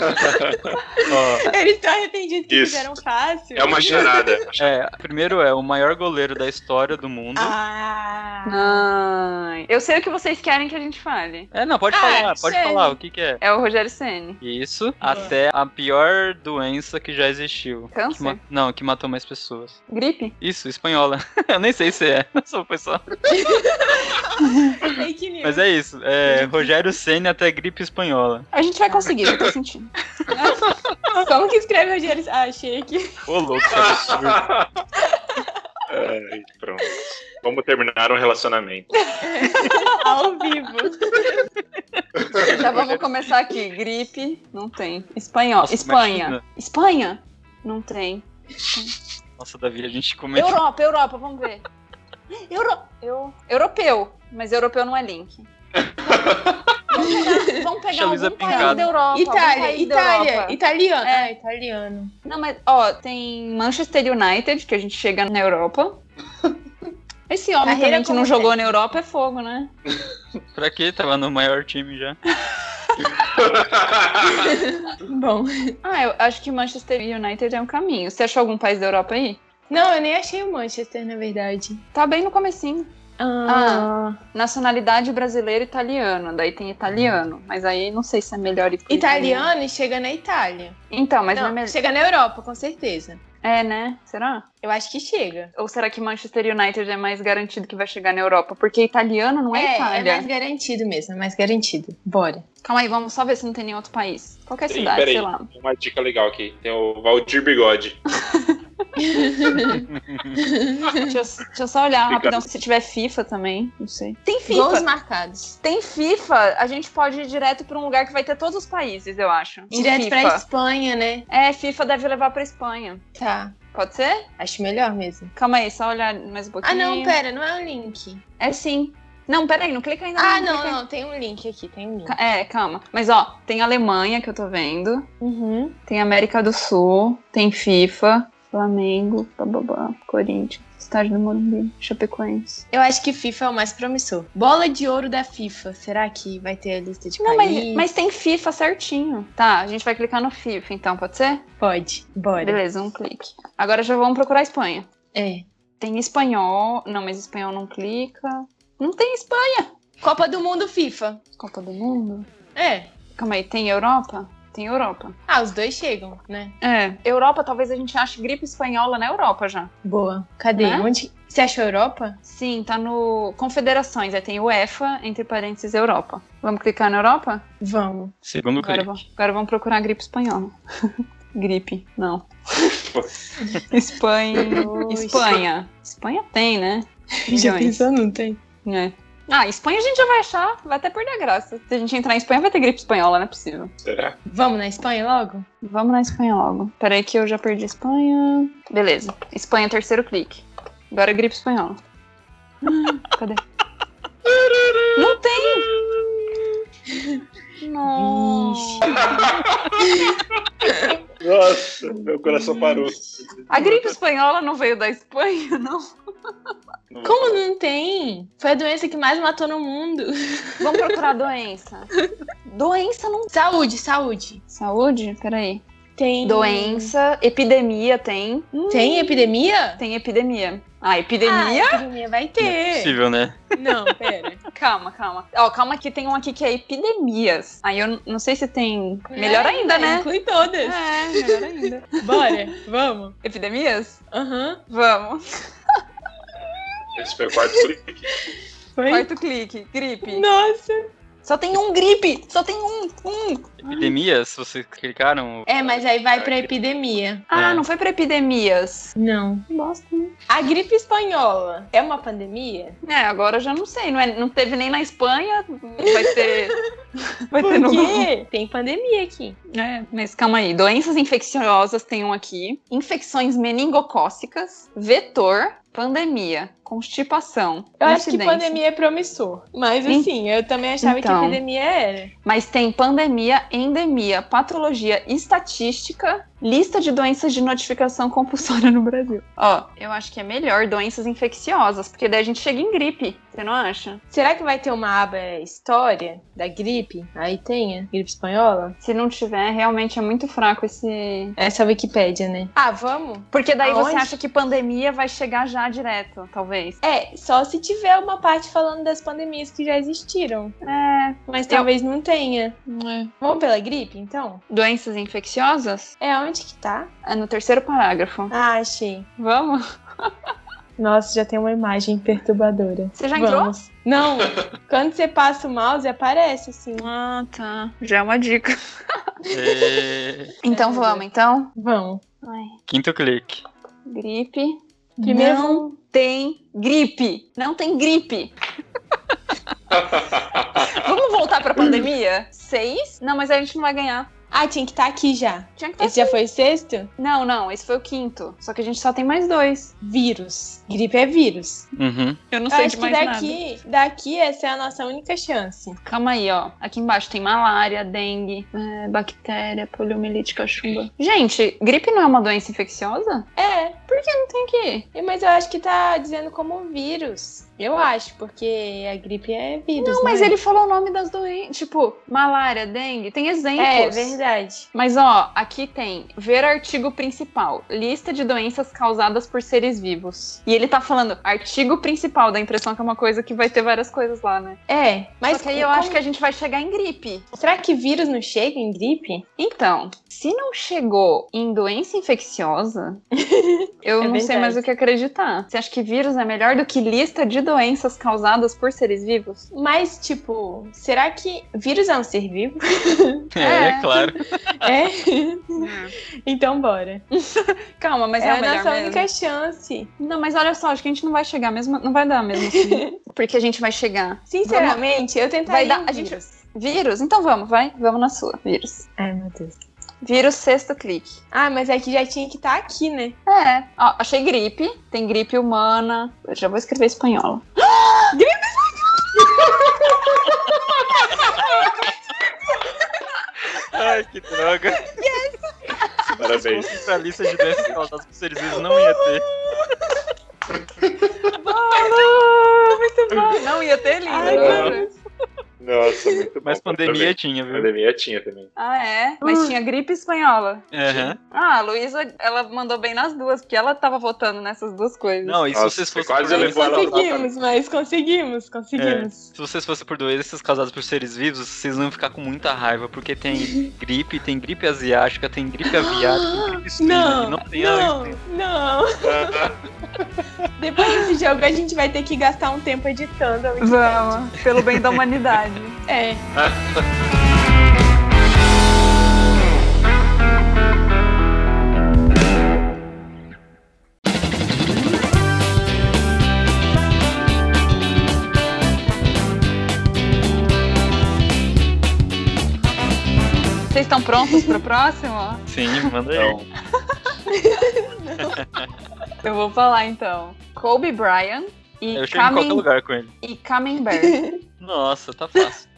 [SPEAKER 2] Ó,
[SPEAKER 3] Eles estão arrependidos que
[SPEAKER 4] Isso.
[SPEAKER 3] fizeram fácil.
[SPEAKER 4] É uma charada.
[SPEAKER 2] é, primeiro é o maior goleiro da história do mundo.
[SPEAKER 3] Ah.
[SPEAKER 1] Ai, eu sei o que vocês querem que a gente fale.
[SPEAKER 2] É, não, pode
[SPEAKER 3] Ah,
[SPEAKER 2] falar, pode
[SPEAKER 3] sério?
[SPEAKER 2] falar o que que é.
[SPEAKER 1] É o Rogério Ceni.
[SPEAKER 2] Isso, até a pior doença que já existiu. Que
[SPEAKER 1] Câncer?
[SPEAKER 2] ma- não, que matou mais pessoas.
[SPEAKER 1] Gripe?
[SPEAKER 2] Isso, espanhola. Eu nem sei se é, só foi só.
[SPEAKER 3] Fake news.
[SPEAKER 2] Mas é isso, é Rogério Senna até gripe espanhola.
[SPEAKER 1] A gente vai conseguir, eu tô sentindo.
[SPEAKER 3] Como que escreve Rogério? Ah, achei aqui.
[SPEAKER 2] Ô, louco, que absurdo.
[SPEAKER 4] Ai, pronto. Como terminar um relacionamento.
[SPEAKER 3] Ao vivo.
[SPEAKER 1] Já vamos começar aqui. Gripe, não tem. Espanhol.
[SPEAKER 2] Nossa,
[SPEAKER 1] Espanha.
[SPEAKER 2] imagina.
[SPEAKER 1] Espanha? Não tem.
[SPEAKER 2] Nossa, Davi, a gente comenta.
[SPEAKER 1] Europa, Europa, vamos ver. Euro... Eu... Europeu, mas europeu não é link. Vamos pegar, vamos pegar
[SPEAKER 2] Chamisa
[SPEAKER 1] algum país
[SPEAKER 2] pincada.
[SPEAKER 1] da Europa. algum
[SPEAKER 3] Itália,
[SPEAKER 1] país da Europa.
[SPEAKER 3] Itália, italiano.
[SPEAKER 1] É.
[SPEAKER 3] Ah, italiano.
[SPEAKER 1] Não, mas, ó, tem Manchester United, que a gente chega na Europa. Esse homem
[SPEAKER 3] Carreira
[SPEAKER 1] também que
[SPEAKER 3] como
[SPEAKER 1] não jogou na
[SPEAKER 3] técnico.
[SPEAKER 1] Europa é fogo, né?
[SPEAKER 2] Pra quê? Tava no maior time já.
[SPEAKER 3] Bom.
[SPEAKER 1] Ah, eu acho que Manchester United é um caminho. Você achou algum país da Europa aí?
[SPEAKER 3] Não, eu nem achei o Manchester, na verdade.
[SPEAKER 1] Tá bem no comecinho.
[SPEAKER 3] Ah,
[SPEAKER 1] Nacionalidade brasileira e italiano. Daí tem italiano. Mas aí não sei se é melhor ir pro
[SPEAKER 3] italiano chega na Itália.
[SPEAKER 1] Então, mas não, é
[SPEAKER 3] Não,
[SPEAKER 1] melhor.
[SPEAKER 3] chega na Europa, com certeza.
[SPEAKER 1] É, né? Será?
[SPEAKER 3] Eu acho que chega.
[SPEAKER 1] Ou será que Manchester United é mais garantido que vai chegar na Europa? Porque italiano não é,
[SPEAKER 3] é, é
[SPEAKER 1] Itália.
[SPEAKER 3] mais garantido mesmo, é mais garantido. Bora.
[SPEAKER 1] Calma aí, vamos só ver se não tem nenhum outro país. Qualquer
[SPEAKER 4] Sim,
[SPEAKER 1] cidade,
[SPEAKER 4] peraí.
[SPEAKER 1] sei lá.
[SPEAKER 4] Uma dica legal aqui. Tem o Valdir Bigode.
[SPEAKER 1] Deixa eu, deixa eu só olhar
[SPEAKER 4] Obrigado.
[SPEAKER 1] rapidão se tiver FIFA também. Não sei. Tem FIFA.
[SPEAKER 3] Gols marcados.
[SPEAKER 1] Tem FIFA, a gente pode ir direto pra um lugar que vai ter todos os países, eu acho. Em
[SPEAKER 3] Direto
[SPEAKER 1] FIFA.
[SPEAKER 3] pra Espanha, né?
[SPEAKER 1] É, FIFA deve levar pra Espanha.
[SPEAKER 3] Tá.
[SPEAKER 1] Pode ser?
[SPEAKER 3] Acho melhor mesmo.
[SPEAKER 1] Calma aí, só olhar mais um pouquinho.
[SPEAKER 3] Ah, não, pera, não é um link.
[SPEAKER 1] É sim. Não, peraí, não clica ainda.
[SPEAKER 3] Ah, não,
[SPEAKER 1] clica ainda.
[SPEAKER 3] não, tem um link aqui, tem um link.
[SPEAKER 1] Ca- É, calma. Mas ó, tem Alemanha que eu tô vendo,
[SPEAKER 3] Uhum.
[SPEAKER 1] tem América do Sul, tem FIFA, Flamengo, bababá, Corinthians, Estádio do Morumbi, Chapecoense.
[SPEAKER 3] Eu acho que FIFA é o mais promissor. Bola de ouro da FIFA. Será que vai ter a lista de
[SPEAKER 1] Não, mas,
[SPEAKER 3] países?
[SPEAKER 1] mas tem FIFA certinho. Tá, a gente vai clicar no FIFA então, pode ser?
[SPEAKER 3] Pode, bora.
[SPEAKER 1] Beleza, um clique. Agora já vamos procurar a Espanha.
[SPEAKER 3] É.
[SPEAKER 1] Tem espanhol. Não, mas espanhol não clica. Não tem Espanha.
[SPEAKER 3] Copa do Mundo FIFA.
[SPEAKER 1] Copa do Mundo?
[SPEAKER 3] É.
[SPEAKER 1] Calma aí, tem Europa? Tem Europa.
[SPEAKER 3] Ah, os dois chegam, né?
[SPEAKER 1] É. Europa, talvez a gente ache gripe espanhola na Europa já.
[SPEAKER 3] Boa. Cadê?
[SPEAKER 1] Né?
[SPEAKER 3] Onde? Você achou a Europa?
[SPEAKER 1] Sim, tá no Confederações. Aí tem UEFA, entre parênteses, Europa. Vamos clicar na Europa?
[SPEAKER 3] Vamos.
[SPEAKER 2] Segundo
[SPEAKER 1] Agora,
[SPEAKER 2] clique.
[SPEAKER 1] vamos, agora vamos procurar a gripe espanhola. gripe, não. Espanha. Espanha. Espanha tem, né?
[SPEAKER 3] Já
[SPEAKER 1] Milhões.
[SPEAKER 3] pensou? Não tem.
[SPEAKER 1] É. Ah, Espanha a gente já vai achar, vai até perder a graça. Se a gente entrar em Espanha, vai ter gripe espanhola, não é possível.
[SPEAKER 4] Será?
[SPEAKER 3] Vamos na Espanha logo?
[SPEAKER 1] Vamos na Espanha logo. Peraí que eu já perdi a Espanha. Beleza. Espanha, terceiro clique. Agora é gripe espanhola. Hum, Cadê? Não tem! Nossa.
[SPEAKER 4] Nossa, meu coração parou.
[SPEAKER 1] A gripe espanhola não veio da Espanha, não?
[SPEAKER 3] Como não tem? Foi a doença que mais matou no mundo.
[SPEAKER 1] Vamos procurar a doença. Doença não.
[SPEAKER 3] Saúde, saúde.
[SPEAKER 1] Saúde? Peraí.
[SPEAKER 3] Tem.
[SPEAKER 1] Doença, epidemia tem. Hum,
[SPEAKER 3] Tem epidemia?
[SPEAKER 1] Tem epidemia. Ah,
[SPEAKER 3] Ah,
[SPEAKER 1] epidemia?
[SPEAKER 3] epidemia vai
[SPEAKER 2] Não é
[SPEAKER 3] ter.
[SPEAKER 2] possível, né?
[SPEAKER 3] Não, pera.
[SPEAKER 1] Calma, calma. Ó, calma que tem um aqui que é epidemias. Aí eu n- não sei se tem. Melhor
[SPEAKER 3] É,
[SPEAKER 1] ainda, né?
[SPEAKER 3] Inclui todas.
[SPEAKER 1] É, melhor ainda.
[SPEAKER 3] Bora, vamos.
[SPEAKER 1] Epidemias?
[SPEAKER 3] Aham.
[SPEAKER 1] Vamos.
[SPEAKER 4] Esse foi o quarto clique.
[SPEAKER 3] Foi.
[SPEAKER 1] Quarto clique. Gripe.
[SPEAKER 3] Nossa.
[SPEAKER 1] Só tem um gripe. Só tem um. Um.
[SPEAKER 2] Epidemias, vocês clicaram?
[SPEAKER 3] É, mas aí vai pra epidemia.
[SPEAKER 1] Ah,
[SPEAKER 2] É.
[SPEAKER 1] não foi pra epidemias.
[SPEAKER 3] Não.
[SPEAKER 1] Bosta, né?
[SPEAKER 3] A gripe espanhola é uma pandemia?
[SPEAKER 1] É, agora eu já não sei. Não, é, não teve nem na Espanha. Vai ter. Vai ter
[SPEAKER 3] Por
[SPEAKER 1] no.
[SPEAKER 3] quê? Tem pandemia aqui.
[SPEAKER 1] É, mas calma aí. Doenças infecciosas tem um aqui. Infecções meningocócicas. Vetor. Pandemia. Constipação.
[SPEAKER 3] Eu acho que
[SPEAKER 1] incidência.
[SPEAKER 3] pandemia é promissor. Mas
[SPEAKER 1] Hum.
[SPEAKER 3] assim, eu também achava
[SPEAKER 1] Então.
[SPEAKER 3] que epidemia era.
[SPEAKER 1] Mas tem pandemia, endemia, patologia estatística, Lista de doenças de notificação compulsória no Brasil. Ó, eu acho que é melhor doenças infecciosas, porque daí a gente chega em gripe, você não acha?
[SPEAKER 3] Será que vai ter uma aba história da gripe? Aí tenha, gripe espanhola?
[SPEAKER 1] Se não tiver, realmente é muito fraco esse.
[SPEAKER 3] Essa Wikipédia, né? Ah, vamos?
[SPEAKER 1] Porque daí você
[SPEAKER 3] Aonde?
[SPEAKER 1] acha que pandemia vai chegar já direto, talvez.
[SPEAKER 3] É, só se tiver uma parte falando das pandemias que já existiram.
[SPEAKER 1] É.
[SPEAKER 3] Mas
[SPEAKER 1] Eu-
[SPEAKER 3] talvez não tenha. Vamos pela gripe, então?
[SPEAKER 1] Doenças infecciosas?
[SPEAKER 3] É onde que tá?
[SPEAKER 1] É no terceiro parágrafo.
[SPEAKER 3] Ah, achei.
[SPEAKER 1] Vamos?
[SPEAKER 3] Nossa, já tem uma imagem perturbadora.
[SPEAKER 1] Você já entrou?
[SPEAKER 3] Vamos. Não, quando você passa o mouse, aparece assim.
[SPEAKER 1] Ah, tá. Já é uma dica.
[SPEAKER 2] E-
[SPEAKER 1] Então vamos, então.
[SPEAKER 3] Vamos.
[SPEAKER 1] Ai,
[SPEAKER 2] é, Quinto clique.
[SPEAKER 1] gripe.
[SPEAKER 3] Primeiro
[SPEAKER 1] Não
[SPEAKER 3] vamos.
[SPEAKER 1] tem gripe. Não tem gripe. Vamos voltar pra pandemia? Seis? Não, mas a gente não vai ganhar.
[SPEAKER 3] Ah, tinha que estar aqui já.
[SPEAKER 1] Tinha que ter...
[SPEAKER 3] Esse já foi o sexto?
[SPEAKER 1] Não, não, esse foi o quinto. Só que a gente só tem mais dois.
[SPEAKER 3] Vírus. Gripe é vírus.
[SPEAKER 2] Uhum.
[SPEAKER 1] Eu não
[SPEAKER 3] Eu acho que daqui, daqui essa é a nossa única chance.
[SPEAKER 1] Calma aí, ó. Aqui embaixo tem malária, dengue, é, bactéria, poliomielite, cachumba. Gente, gripe não é uma doença infecciosa?
[SPEAKER 3] É,
[SPEAKER 1] Por que não tem aqui?
[SPEAKER 3] e- mas eu acho que tá dizendo como vírus. Eu acho, porque a gripe é vírus.
[SPEAKER 1] Não, mas
[SPEAKER 3] é?
[SPEAKER 1] ele falou o nome das doenças. Tipo, malária, dengue, tem exemplos.
[SPEAKER 3] É, verdade.
[SPEAKER 1] Mas ó, aqui tem ver artigo principal, lista de doenças causadas por seres vivos. E ele tá falando artigo principal, dá a impressão que é uma coisa que vai ter várias coisas lá, né?
[SPEAKER 3] É,
[SPEAKER 1] Mas
[SPEAKER 3] mas
[SPEAKER 1] Só que aí eu acho que é- a gente vai chegar em gripe.
[SPEAKER 3] será que vírus não chega em gripe?
[SPEAKER 1] Então, se não chegou em doença infecciosa, eu
[SPEAKER 3] É
[SPEAKER 1] não sei
[SPEAKER 3] verdade.
[SPEAKER 1] mais o que acreditar. Você acha que vírus é melhor do que lista de doenças causadas por seres vivos?
[SPEAKER 3] Mas tipo, será que vírus é um ser vivo?
[SPEAKER 2] É,
[SPEAKER 1] É.
[SPEAKER 2] claro.
[SPEAKER 3] é. Então bora.
[SPEAKER 1] Calma, mas
[SPEAKER 3] é
[SPEAKER 1] é, o
[SPEAKER 3] a
[SPEAKER 1] melhor
[SPEAKER 3] nossa
[SPEAKER 1] mesmo?
[SPEAKER 3] única chance.
[SPEAKER 1] Não, mas olha só, acho que a gente não vai chegar mesmo, não vai dar mesmo assim. Porque a gente vai chegar.
[SPEAKER 3] Sinceramente, eu
[SPEAKER 1] Vai
[SPEAKER 3] tentaria.
[SPEAKER 1] dar,
[SPEAKER 3] um
[SPEAKER 1] a gente-
[SPEAKER 3] vírus.
[SPEAKER 1] Vírus? Então vamos, vai. Vamos na sua. Vírus.
[SPEAKER 3] Ai, meu Deus.
[SPEAKER 1] Vírus sexto clique.
[SPEAKER 3] Ah, mas aqui já tinha que estar aqui, né?
[SPEAKER 1] É. Ó, achei gripe. Tem gripe humana. Eu já vou escrever espanhola. gripe
[SPEAKER 2] Ai, que droga.
[SPEAKER 4] Parabéns.
[SPEAKER 2] Se fosse pra lista de doenças causadas por seres vivos, não ia ter.
[SPEAKER 3] Ah,
[SPEAKER 1] humana! Muito bom. Não ia ter lindo.
[SPEAKER 3] Ai,
[SPEAKER 1] né?
[SPEAKER 4] Nossa, muito
[SPEAKER 2] Mas
[SPEAKER 4] bom.
[SPEAKER 2] pandemia
[SPEAKER 4] Também.
[SPEAKER 2] tinha, viu?
[SPEAKER 4] Pandemia tinha também.
[SPEAKER 1] Ah, é? Mas tinha gripe espanhola.
[SPEAKER 2] Aham.
[SPEAKER 1] Ah, a Luísa, ela mandou bem nas duas, porque ela tava votando nessas duas coisas.
[SPEAKER 2] Não, e se
[SPEAKER 4] Nossa,
[SPEAKER 2] vocês
[SPEAKER 4] você
[SPEAKER 2] fossem
[SPEAKER 4] quase
[SPEAKER 2] por doenças-
[SPEAKER 4] levou ela lá pra-
[SPEAKER 3] Conseguimos, mas conseguimos, conseguimos.
[SPEAKER 2] Se vocês fossem por doenças causadas por seres vivos, vocês vão ficar com muita raiva, porque tem gripe, tem gripe asiática, tem gripe aviária, tem gripe suína,
[SPEAKER 3] Não,
[SPEAKER 2] e não tem
[SPEAKER 3] não,
[SPEAKER 2] a-
[SPEAKER 3] não. Depois desse jogo a gente vai ter que gastar um tempo editando. a Wikipédia.
[SPEAKER 1] Vamos, pelo bem da humanidade.
[SPEAKER 3] É.
[SPEAKER 1] Vocês estão prontos pro próximo?
[SPEAKER 2] Sim, manda aí.
[SPEAKER 4] Então,
[SPEAKER 1] Eu vou falar então. Kobe Bryant e
[SPEAKER 2] Eu chego em qualquer
[SPEAKER 1] Camen-
[SPEAKER 2] lugar com ele.
[SPEAKER 1] e Camembert. Então
[SPEAKER 2] Nossa, tá fácil.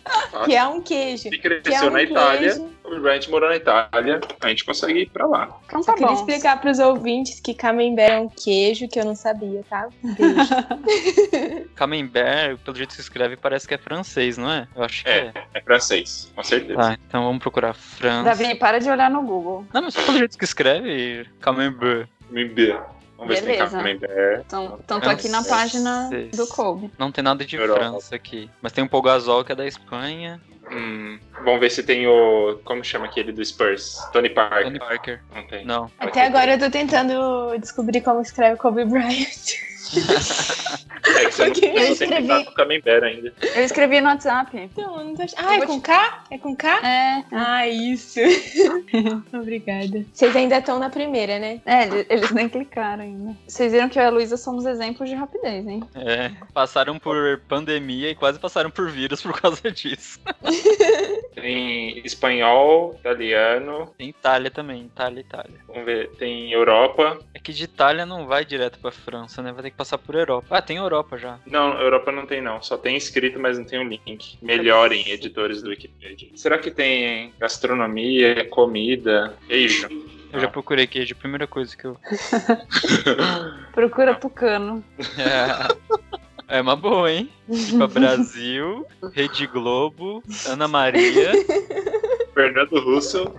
[SPEAKER 3] Que é um queijo.
[SPEAKER 4] se
[SPEAKER 3] Que é
[SPEAKER 4] cresceu
[SPEAKER 3] um
[SPEAKER 4] na Itália,
[SPEAKER 3] queijo.
[SPEAKER 4] o Bryant morou na Itália, a gente consegue ir pra lá.
[SPEAKER 1] Então
[SPEAKER 3] Só
[SPEAKER 1] tá
[SPEAKER 3] queria
[SPEAKER 1] bom.
[SPEAKER 3] explicar pros ouvintes que camembert é um queijo que eu não sabia, tá? Beijo.
[SPEAKER 2] Camembert, pelo jeito que se escreve, parece que é francês, não é? Eu acho que
[SPEAKER 4] É.
[SPEAKER 2] é.
[SPEAKER 4] É francês, com certeza.
[SPEAKER 2] Tá, então vamos procurar França.
[SPEAKER 1] Davi, para de olhar no Google.
[SPEAKER 2] Não, mas pelo jeito que escreve, Camembert.
[SPEAKER 4] Me dê. Vamos ver se tem
[SPEAKER 1] Beleza.
[SPEAKER 4] Camembert.
[SPEAKER 1] Então, então tô aqui na
[SPEAKER 2] Francês.
[SPEAKER 1] página do Kobe.
[SPEAKER 2] Não tem nada de
[SPEAKER 4] Europa.
[SPEAKER 2] França aqui. Mas tem um Pogazol que é da Espanha.
[SPEAKER 4] Hum, vamos ver se tem o. Como chama aquele do Spurs? Tony Parker.
[SPEAKER 2] Tony Parker.
[SPEAKER 4] Não tem.
[SPEAKER 2] Não.
[SPEAKER 3] Até agora eu tô tentando descobrir como escreve Kobe Bryant.
[SPEAKER 4] É que você não,
[SPEAKER 3] Porque eu
[SPEAKER 4] você não
[SPEAKER 1] escrevi-
[SPEAKER 4] tem contato com Camembert ainda.
[SPEAKER 1] Eu escrevi no WhatsApp.
[SPEAKER 3] Não, eu não tô... ach-
[SPEAKER 1] Eu
[SPEAKER 3] Ah, é
[SPEAKER 1] vou
[SPEAKER 3] com
[SPEAKER 1] te-
[SPEAKER 3] K? É com K?
[SPEAKER 1] É,
[SPEAKER 3] Ah, isso. Obrigada. Vocês ainda estão na primeira, né?
[SPEAKER 1] é ele- eles nem clicaram ainda. Vocês viram que eu e a Luísa somos exemplos de rapidez, hein?
[SPEAKER 2] É. Passaram por pandemia e quase passaram por vírus por causa disso.
[SPEAKER 4] Tem espanhol, italiano.
[SPEAKER 2] Tem Itália também. Itália, Itália.
[SPEAKER 4] Vamos ver. Tem Europa.
[SPEAKER 2] É que de Itália não vai direto pra França, né? Vai ter que passar por Europa. Ah, tem Europa já.
[SPEAKER 4] Não, Europa não tem, não. Só tem escrito, mas não tem o link. Melhorem, editores do Wikipedia. Será que tem gastronomia, comida, queijo?
[SPEAKER 2] Eu já procurei queijo, a primeira coisa que eu.
[SPEAKER 1] Procura Tucano.
[SPEAKER 2] É, uma boa, hein? Tipo, Brasil, Rede Globo, Ana Maria.
[SPEAKER 4] Fernando Russo.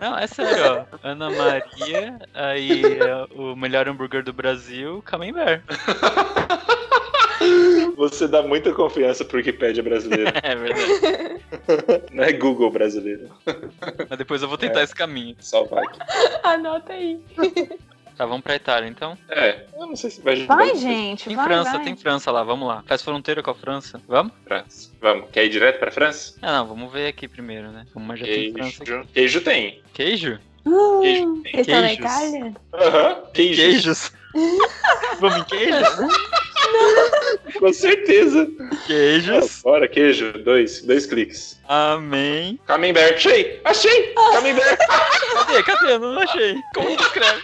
[SPEAKER 2] Não, é sério, ó. Ana Maria, aí é, o melhor hambúrguer do Brasil, Camembert.
[SPEAKER 4] Você dá muita confiança pro Wikipédia brasileiro.
[SPEAKER 2] É verdade.
[SPEAKER 4] Não é Google brasileiro.
[SPEAKER 2] Mas depois eu vou tentar esse caminho.
[SPEAKER 4] Só vai.
[SPEAKER 3] Anota aí.
[SPEAKER 2] Tá, vamos pra Itália então.
[SPEAKER 4] É, eu não sei se vai ajudar.
[SPEAKER 1] Vai, gente.
[SPEAKER 2] Tem
[SPEAKER 1] vai,
[SPEAKER 2] França,
[SPEAKER 1] vai.
[SPEAKER 2] tem França lá, vamos lá. Faz fronteira com a França. Vamos?
[SPEAKER 4] França. Vamos, quer ir direto pra França?
[SPEAKER 2] Ah, não, vamos ver aqui primeiro, né? Vamos, Mas já tem França aqui.
[SPEAKER 4] Queijo. Queijo tem.
[SPEAKER 2] Queijo?
[SPEAKER 3] Uh,
[SPEAKER 4] Queijo tem.
[SPEAKER 3] Eles estão na
[SPEAKER 2] Queijos.
[SPEAKER 3] Itália?
[SPEAKER 4] Aham. Queijo.
[SPEAKER 2] Queijos? vamos em queijos?
[SPEAKER 4] Com certeza.
[SPEAKER 2] Queijos.
[SPEAKER 4] Bora, queijo. Dois, dois cliques.
[SPEAKER 2] Amém.
[SPEAKER 4] Camembert. Achei! Achei! Camembert.
[SPEAKER 2] Cadê? Cadê? Eu não achei. Como que escreve?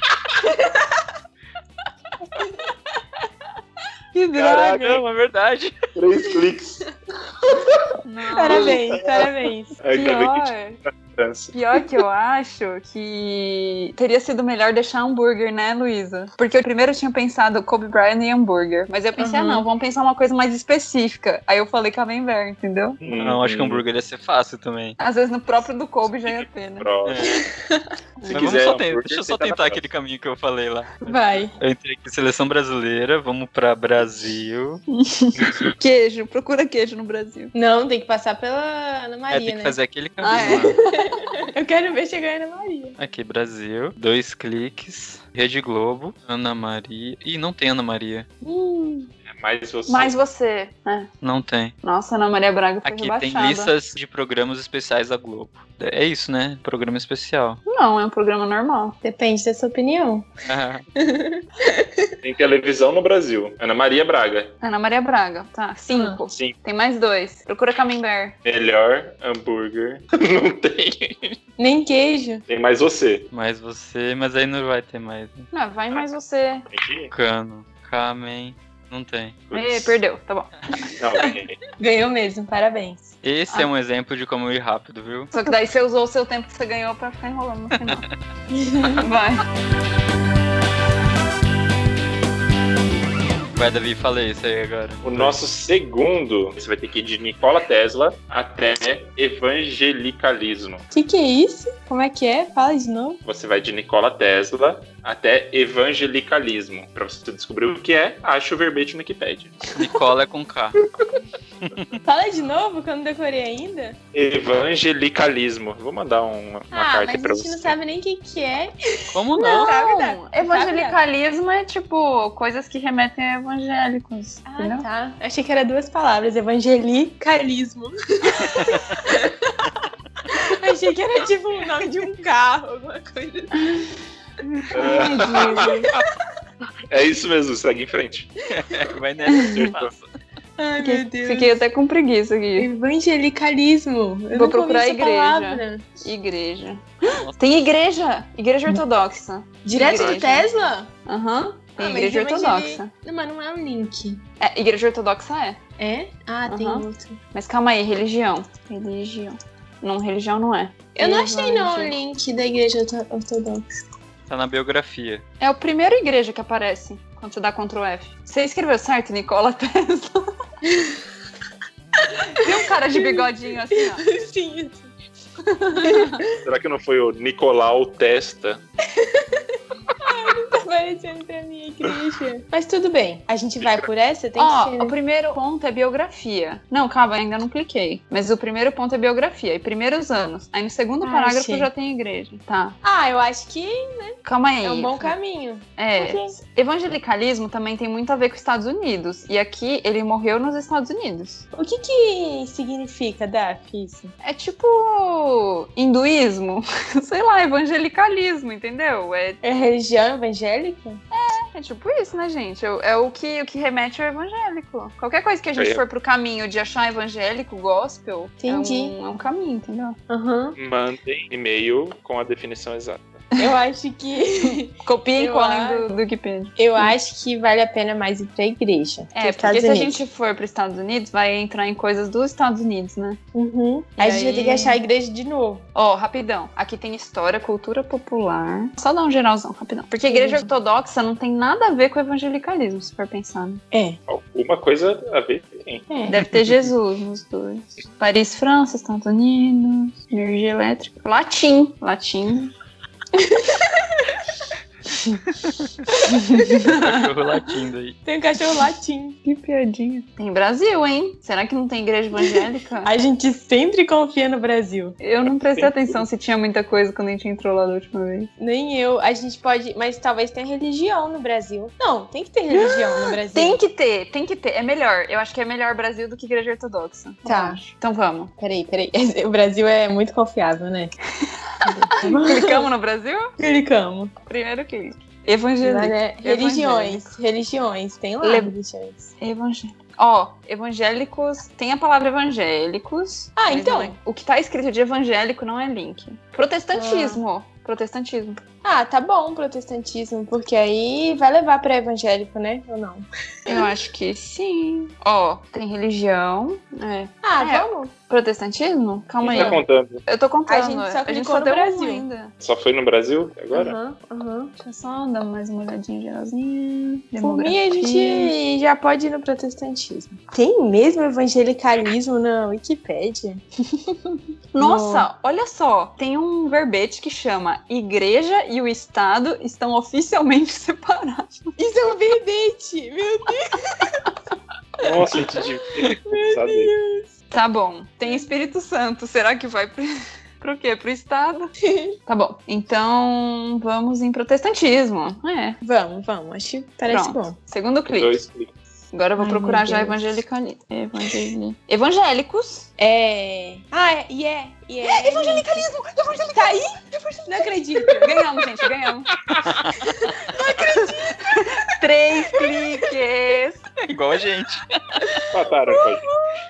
[SPEAKER 3] Que
[SPEAKER 4] Caraca.
[SPEAKER 3] droga.
[SPEAKER 2] Não, é verdade.
[SPEAKER 4] Três cliques.
[SPEAKER 2] Ah.
[SPEAKER 1] Não.
[SPEAKER 3] Parabéns, parabéns.
[SPEAKER 4] Aí Acabei que tinha
[SPEAKER 1] Pior,
[SPEAKER 4] França.
[SPEAKER 1] pior que eu acho que teria sido melhor deixar hambúrguer, né, Luísa? Porque eu primeiro tinha pensado Kobe Bryant e hambúrguer. Mas eu pensei,
[SPEAKER 3] Uhum.
[SPEAKER 1] ah, não, vamos pensar uma coisa mais específica. Aí eu falei Camembert, entendeu?
[SPEAKER 2] Ah, Não, acho que é um hambúrguer ia ser fácil também.
[SPEAKER 1] Às vezes no próprio do Kobe já ia ter, né?
[SPEAKER 4] Prova.
[SPEAKER 2] É.
[SPEAKER 4] Se
[SPEAKER 2] Mas
[SPEAKER 4] quiser,
[SPEAKER 2] vamos só tentar,
[SPEAKER 4] hambúrguer,
[SPEAKER 2] deixa eu só
[SPEAKER 4] tenta na
[SPEAKER 2] tentar aquele caminho que eu falei lá.
[SPEAKER 3] Vai.
[SPEAKER 2] Eu entrei aqui, seleção brasileira, vamos pra Brasil.
[SPEAKER 1] Queijo, procura queijo no Brasil.
[SPEAKER 3] Não, tem que passar pela Ana
[SPEAKER 2] É,
[SPEAKER 3] Maria,
[SPEAKER 2] tem que
[SPEAKER 3] né?
[SPEAKER 2] fazer aquele
[SPEAKER 1] Ah, é.
[SPEAKER 2] caminho lá.
[SPEAKER 3] Eu quero ver chegar a Ana Maria.
[SPEAKER 2] Aqui, Brasil. Dois cliques. Rede Globo. Ana Maria. Ih, não tem Ana Maria.
[SPEAKER 3] Hum.
[SPEAKER 4] França. É, Mas você.
[SPEAKER 1] Mas você. É.
[SPEAKER 2] Não tem.
[SPEAKER 1] Nossa, Ana Maria Braga foi
[SPEAKER 2] Aqui tem
[SPEAKER 1] rebaixada.
[SPEAKER 2] listas de programas especiais da Globo. É isso, né? Programa especial.
[SPEAKER 1] Não, é um programa normal.
[SPEAKER 3] Depende da sua opinião.
[SPEAKER 2] Ah,
[SPEAKER 4] Tem televisão no Brasil. Ana Maria Braga.
[SPEAKER 1] Ana Maria Braga,
[SPEAKER 2] Ah.
[SPEAKER 1] tá. Cinco.
[SPEAKER 4] Sim.
[SPEAKER 1] Tem mais dois. Procura Camembert.
[SPEAKER 4] Melhor hambúrguer. Não tem.
[SPEAKER 3] Nem queijo.
[SPEAKER 4] Tem mais você.
[SPEAKER 2] mas você. Mas aí não vai ter mais. né?
[SPEAKER 1] Não, vai mais você.
[SPEAKER 4] Tem que ir?
[SPEAKER 2] Cano. Kamen. Não tem.
[SPEAKER 4] É,
[SPEAKER 1] Ê, perdeu, tá bom.
[SPEAKER 4] Não, tem.
[SPEAKER 3] Ganhou mesmo, parabéns.
[SPEAKER 2] Esse
[SPEAKER 1] Ah.
[SPEAKER 2] é um exemplo de como ir rápido, viu?
[SPEAKER 1] Só que daí você usou o seu tempo que você ganhou pra ficar enrolando no final. vai.
[SPEAKER 2] Vai, Davi, fala isso aí agora.
[SPEAKER 4] O nosso segundo, você vai ter que ir de Nikola Tesla até evangelicalismo.
[SPEAKER 3] Que que é isso? Como é que é? Fala de novo.
[SPEAKER 4] Você vai de Nikola Tesla até evangelicalismo. Pra você descobrir o que é, acha o verbete no Wikipedia.
[SPEAKER 2] Nicola é com K.
[SPEAKER 3] Fala de novo, que eu não decorei ainda.
[SPEAKER 4] Evangelicalismo. Vou mandar um- uma
[SPEAKER 3] ah,
[SPEAKER 4] carta aí
[SPEAKER 3] mas
[SPEAKER 4] pra
[SPEAKER 3] a gente
[SPEAKER 4] você.
[SPEAKER 3] não sabe nem o que que é.
[SPEAKER 2] Como
[SPEAKER 1] Não,
[SPEAKER 2] não?
[SPEAKER 3] sabe, Davi.
[SPEAKER 1] evangelicalismo é tipo coisas que remetem a evangélicos.
[SPEAKER 3] Ah,
[SPEAKER 1] entendeu?
[SPEAKER 3] tá. Eu achei que era duas palavras. Evangelicalismo. Eu achei que era tipo o nome de um carro, alguma coisa assim.
[SPEAKER 1] Entendi.
[SPEAKER 4] É isso mesmo, segue em frente.
[SPEAKER 2] É, Vai nessa.
[SPEAKER 4] Acertou.
[SPEAKER 3] Ai,
[SPEAKER 1] Fiquei-
[SPEAKER 3] meu Deus.
[SPEAKER 1] Fiquei até com preguiça aqui.
[SPEAKER 3] Evangelicalismo. Eu
[SPEAKER 1] Vou
[SPEAKER 3] nunca
[SPEAKER 1] procurar
[SPEAKER 3] ouvi
[SPEAKER 1] a
[SPEAKER 3] essa
[SPEAKER 1] igreja.
[SPEAKER 3] palavra.
[SPEAKER 1] Igreja.
[SPEAKER 2] Nossa.
[SPEAKER 1] Tem igreja! Igreja ortodoxa.
[SPEAKER 3] Direto do
[SPEAKER 1] Igreja.
[SPEAKER 3] Tesla?
[SPEAKER 1] Aham. Tem
[SPEAKER 3] Ah, mas
[SPEAKER 1] igreja
[SPEAKER 3] evangeli-
[SPEAKER 1] ortodoxa.
[SPEAKER 3] Não, mas não é um link.
[SPEAKER 1] É, igreja ortodoxa é.
[SPEAKER 3] É? Ah, tem
[SPEAKER 1] Aham.
[SPEAKER 3] outro.
[SPEAKER 1] Mas calma aí, religião. Religião. Não, religião não é.
[SPEAKER 3] Eu não achei não o
[SPEAKER 1] Evangel-
[SPEAKER 3] link da igreja orto- ortodoxa.
[SPEAKER 2] Tá na biografia.
[SPEAKER 1] É o primeiro igreja que aparece quando você dá Ctrl F. Você escreveu certo, Nicola Tesla? Tem um cara de bigodinho assim, ó.
[SPEAKER 3] Sim.
[SPEAKER 4] Tipo, Será que não foi o Nicolau Testa?
[SPEAKER 3] Tá aparecendo pra mim a igreja. Mas tudo bem. A gente vai por essa? Tem que ser.
[SPEAKER 1] Ó,
[SPEAKER 3] né?
[SPEAKER 1] o primeiro ponto é biografia. Não, calma, ainda não cliquei. Mas o primeiro ponto é biografia. E primeiros anos. Aí no segundo
[SPEAKER 3] Ah,
[SPEAKER 1] parágrafo
[SPEAKER 3] achei.
[SPEAKER 1] já tem igreja. Tá.
[SPEAKER 3] Ah, eu acho que
[SPEAKER 1] Calma aí.
[SPEAKER 3] é um bom caminho.
[SPEAKER 1] É.
[SPEAKER 3] Ok.
[SPEAKER 1] Evangelicalismo também tem muito a ver com os Estados Unidos. E aqui ele morreu nos Estados Unidos.
[SPEAKER 3] O que que significa, Daf, isso?
[SPEAKER 1] É tipo hinduísmo, sei lá, evangelicalismo, entendeu? É,
[SPEAKER 3] É religião evangélica?
[SPEAKER 1] é tipo isso, né, gente? É, o- é o, que, o que remete ao evangélico. Qualquer coisa que a gente
[SPEAKER 4] É.
[SPEAKER 1] for pro caminho de achar evangélico, gospel, é
[SPEAKER 3] Entendi.
[SPEAKER 1] um, é um caminho, entendeu?
[SPEAKER 3] Aham.
[SPEAKER 4] Mandem e-mail com a definição exata.
[SPEAKER 3] Eu acho que.
[SPEAKER 1] Copiem e
[SPEAKER 3] Eu
[SPEAKER 1] colhem
[SPEAKER 3] acho.
[SPEAKER 1] do, do Wikipedia.
[SPEAKER 3] Eu acho que vale a pena mais ir pra igreja. que
[SPEAKER 1] É, porque
[SPEAKER 3] os Estados
[SPEAKER 1] se a
[SPEAKER 3] Unidos.
[SPEAKER 1] gente for para Estados Unidos, vai entrar em coisas dos Estados Unidos, né?
[SPEAKER 3] Uhum.
[SPEAKER 1] E
[SPEAKER 3] Aí a gente vai ter que
[SPEAKER 1] aí-
[SPEAKER 3] achar a igreja de novo.
[SPEAKER 1] Ó, rapidão. Aqui tem história, cultura popular. Só dá um geralzão, rapidão. Porque a igreja ortodoxa não tem nada a ver com o evangelicalismo, se for pensar. né?
[SPEAKER 3] É.
[SPEAKER 4] Alguma coisa a ver tem.
[SPEAKER 3] é.
[SPEAKER 1] Deve ter Jesus nos dois. Paris, França, Estados Unidos, energia elétrica. Latim. Latim.
[SPEAKER 2] Cachorro latindo aí.
[SPEAKER 3] Tem um cachorro latim.
[SPEAKER 1] Que piadinha. Tem Brasil, hein? Será que não tem igreja evangélica?
[SPEAKER 3] A gente sempre confia no Brasil.
[SPEAKER 1] Eu não prestei atenção se tinha muita coisa quando a gente entrou lá da última vez.
[SPEAKER 3] Nem eu. A gente pode. Mas talvez tenha religião no Brasil. Não, tem que ter religião no Brasil.
[SPEAKER 1] Tem que ter, tem que ter. É melhor. Eu acho que é melhor Brasil do que igreja ortodoxa.
[SPEAKER 3] Tá.
[SPEAKER 1] Eu acho. Então vamos.
[SPEAKER 3] Peraí, peraí. O Brasil é muito confiável, né?
[SPEAKER 1] Clicamos no Brasil?
[SPEAKER 3] Clicamos.
[SPEAKER 1] Primeiro clique.
[SPEAKER 3] Mas,
[SPEAKER 1] Evangélico.
[SPEAKER 3] né, religiões, religiões, tem lá
[SPEAKER 1] Le-
[SPEAKER 3] religiões.
[SPEAKER 1] Evangélico. Ó, evangélicos, tem a palavra evangélicos.
[SPEAKER 3] Ah,
[SPEAKER 1] mas
[SPEAKER 3] então.
[SPEAKER 1] não é- o que tá escrito de evangélico não é link. Protestantismo. Protestantismo.
[SPEAKER 3] Ah, tá bom, protestantismo, porque aí vai levar pra evangélico, né? Ou não?
[SPEAKER 1] Eu acho que sim. Ó, tem religião. É.
[SPEAKER 3] Ah,
[SPEAKER 1] É.
[SPEAKER 3] vamos.
[SPEAKER 1] Protestantismo? Calma
[SPEAKER 4] Quem
[SPEAKER 1] aí.
[SPEAKER 4] tá contando?
[SPEAKER 1] Eu tô contando.
[SPEAKER 3] é A gente só
[SPEAKER 1] a gente
[SPEAKER 3] clicou
[SPEAKER 1] só
[SPEAKER 3] no
[SPEAKER 1] deu um
[SPEAKER 3] Brasil.
[SPEAKER 1] ainda.
[SPEAKER 4] Só foi no Brasil agora?
[SPEAKER 3] Aham, aham.
[SPEAKER 1] Deixa eu só dar mais uma olhadinha geralzinha.
[SPEAKER 3] Por mim, a gente já pode ir no protestantismo. Tem mesmo evangelicalismo na Wikipédia?
[SPEAKER 1] Nossa, olha só, tem um verbete que chama Igreja e o Estado estão oficialmente separados.
[SPEAKER 3] Isso é um verbete! Meu
[SPEAKER 4] Nossa, a gente devia ter pensado isso.
[SPEAKER 1] Tá bom. Tem Espírito Santo, será que vai pro, pro quê? Pro Estado?
[SPEAKER 3] Deus!
[SPEAKER 1] Tá bom. Então, vamos em protestantismo. É,
[SPEAKER 3] vamos, vamos. Acho que parece
[SPEAKER 1] Pronto.
[SPEAKER 3] bom.
[SPEAKER 1] segundo clique.
[SPEAKER 4] Dois cliques.
[SPEAKER 1] Agora eu vou
[SPEAKER 3] Ai,
[SPEAKER 1] procurar
[SPEAKER 3] meu
[SPEAKER 1] já
[SPEAKER 3] Deus.
[SPEAKER 1] evangelical... evangeli- evangélicos.
[SPEAKER 3] É. Ah, é. E é. E é. evangelicalismo! Evangelicalismo! Tá aí? Não acredito.
[SPEAKER 1] Ganhamos, gente, ganhamos. Não acredito! Três cliques.
[SPEAKER 2] Igual a gente.
[SPEAKER 4] Mataram com a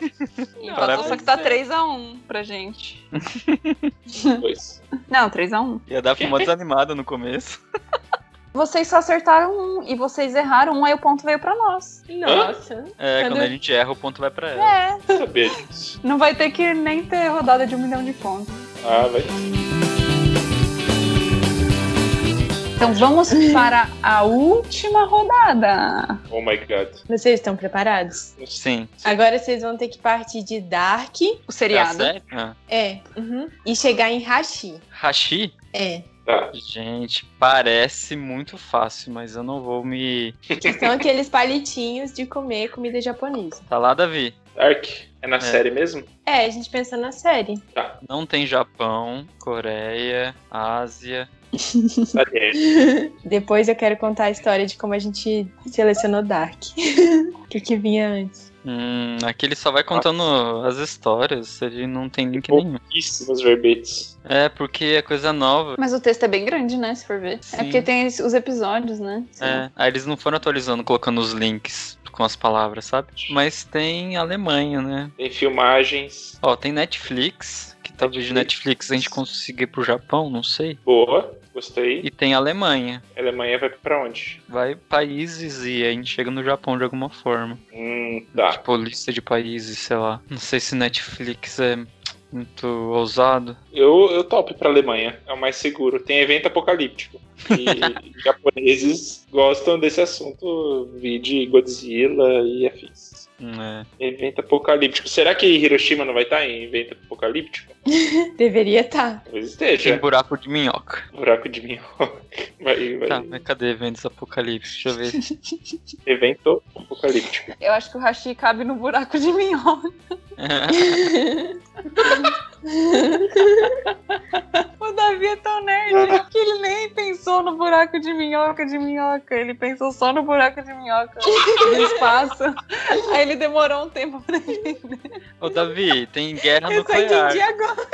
[SPEAKER 4] gente.
[SPEAKER 1] Empatou, só que tá
[SPEAKER 3] Nossa.
[SPEAKER 1] 3x1 pra gente.
[SPEAKER 4] Dois.
[SPEAKER 1] Não, 3x1.
[SPEAKER 2] Ia dar uma desanimada no começo.
[SPEAKER 1] Vocês só acertaram um e vocês erraram um, aí o ponto veio pra nós.
[SPEAKER 3] Nossa.
[SPEAKER 2] É,
[SPEAKER 3] Quando
[SPEAKER 2] quando a gente erra, o ponto vai pra ela.
[SPEAKER 1] É.
[SPEAKER 4] Sabia disso.
[SPEAKER 1] Não vai ter que nem ter rodada de um milhão de pontos.
[SPEAKER 4] Ah, vai.
[SPEAKER 1] Então vamos para a última rodada.
[SPEAKER 4] Oh my god.
[SPEAKER 3] Vocês estão preparados?
[SPEAKER 2] Sim.
[SPEAKER 3] Agora vocês vão ter que partir de Dark.
[SPEAKER 1] O
[SPEAKER 2] É a
[SPEAKER 1] seriado.
[SPEAKER 2] série? Ah.
[SPEAKER 3] É. E chegar em Hashi.
[SPEAKER 2] Hashi?
[SPEAKER 3] É.
[SPEAKER 4] Tá.
[SPEAKER 2] Gente, parece muito fácil, mas eu não vou me.
[SPEAKER 3] Que são aqueles palitinhos de comer comida japonesa.
[SPEAKER 2] Tá lá, Davi?
[SPEAKER 4] Dark, é na série mesmo?
[SPEAKER 3] É, a gente pensa na série.
[SPEAKER 2] Não tem Japão, Coreia, Ásia.
[SPEAKER 4] Tá certo.
[SPEAKER 3] Depois eu quero contar a história de como a gente selecionou Dark. O que, que vinha antes?
[SPEAKER 2] Hum, aqui ele só vai contando as histórias, ele não tem link
[SPEAKER 4] Bom.
[SPEAKER 2] nenhum.
[SPEAKER 4] Pouquíssimos verbetes.
[SPEAKER 2] É, porque é coisa nova.
[SPEAKER 1] Mas o texto é bem grande, né? Se for ver.
[SPEAKER 2] Sim.
[SPEAKER 1] É porque tem os episódios, né?
[SPEAKER 2] É, aí eles não foram atualizando, colocando os links com as palavras, sabe? Mas tem Alemanha, né?
[SPEAKER 4] Tem filmagens.
[SPEAKER 2] Ó, tem Netflix, que talvez de Netflix a gente consiga ir pro Japão, não sei.
[SPEAKER 4] Boa. Gostei.
[SPEAKER 2] E tem Alemanha.
[SPEAKER 4] Alemanha vai pra onde?
[SPEAKER 2] Vai países e a gente chega no Japão de alguma forma.
[SPEAKER 4] Hum, tá.
[SPEAKER 2] Tipo, lista de países, sei lá. Não sei se Netflix é muito ousado.
[SPEAKER 4] Eu, eu topo pra Alemanha. É o mais seguro. Tem evento apocalíptico. E japoneses gostam desse assunto. Vi de Godzilla e afins.
[SPEAKER 2] né?
[SPEAKER 4] Evento apocalíptico. Será que Hiroshima não vai estar em evento apocalíptico?
[SPEAKER 3] Deveria tá, estar.
[SPEAKER 4] Talvez
[SPEAKER 2] Tem
[SPEAKER 4] esteja.
[SPEAKER 2] buraco de minhoca.
[SPEAKER 4] Buraco de minhoca. Vai, vai.
[SPEAKER 2] Tá, mas cadê Eventos Apocalipse? Deixa eu ver.
[SPEAKER 4] Evento apocalíptico.
[SPEAKER 1] Eu acho que o Hashi cabe no buraco de minhoca.
[SPEAKER 2] É.
[SPEAKER 1] O Davi é tão nerd que ele nem pensou no buraco de minhoca de minhoca. Ele pensou só no buraco de minhoca no espaço. Aí ele demorou um tempo pra entender.
[SPEAKER 2] Ô, Davi, tem guerra
[SPEAKER 3] Eu só
[SPEAKER 2] nuclear.
[SPEAKER 3] entendi agora.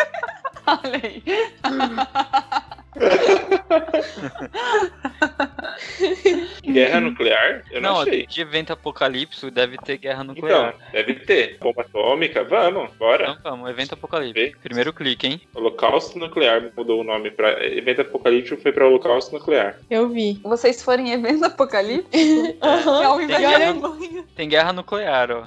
[SPEAKER 1] Olha aí.
[SPEAKER 4] Guerra nuclear? Eu não,
[SPEAKER 2] Não,
[SPEAKER 4] achei.
[SPEAKER 2] de evento apocalipse deve ter guerra nuclear.
[SPEAKER 4] Então, é. deve ter. Bomba atômica? Vamos, bora.
[SPEAKER 2] Então vamos, evento apocalipse. Primeiro clique, hein?
[SPEAKER 4] Holocausto nuclear mudou o nome pra. Evento apocalíptico foi pra Holocausto nuclear.
[SPEAKER 3] Eu vi.
[SPEAKER 1] Vocês forem evento apocalipse, é
[SPEAKER 3] Aham.
[SPEAKER 1] um invés
[SPEAKER 2] Tem
[SPEAKER 1] de
[SPEAKER 2] guerra-
[SPEAKER 1] Alemanha.
[SPEAKER 2] Tem guerra nuclear, ó.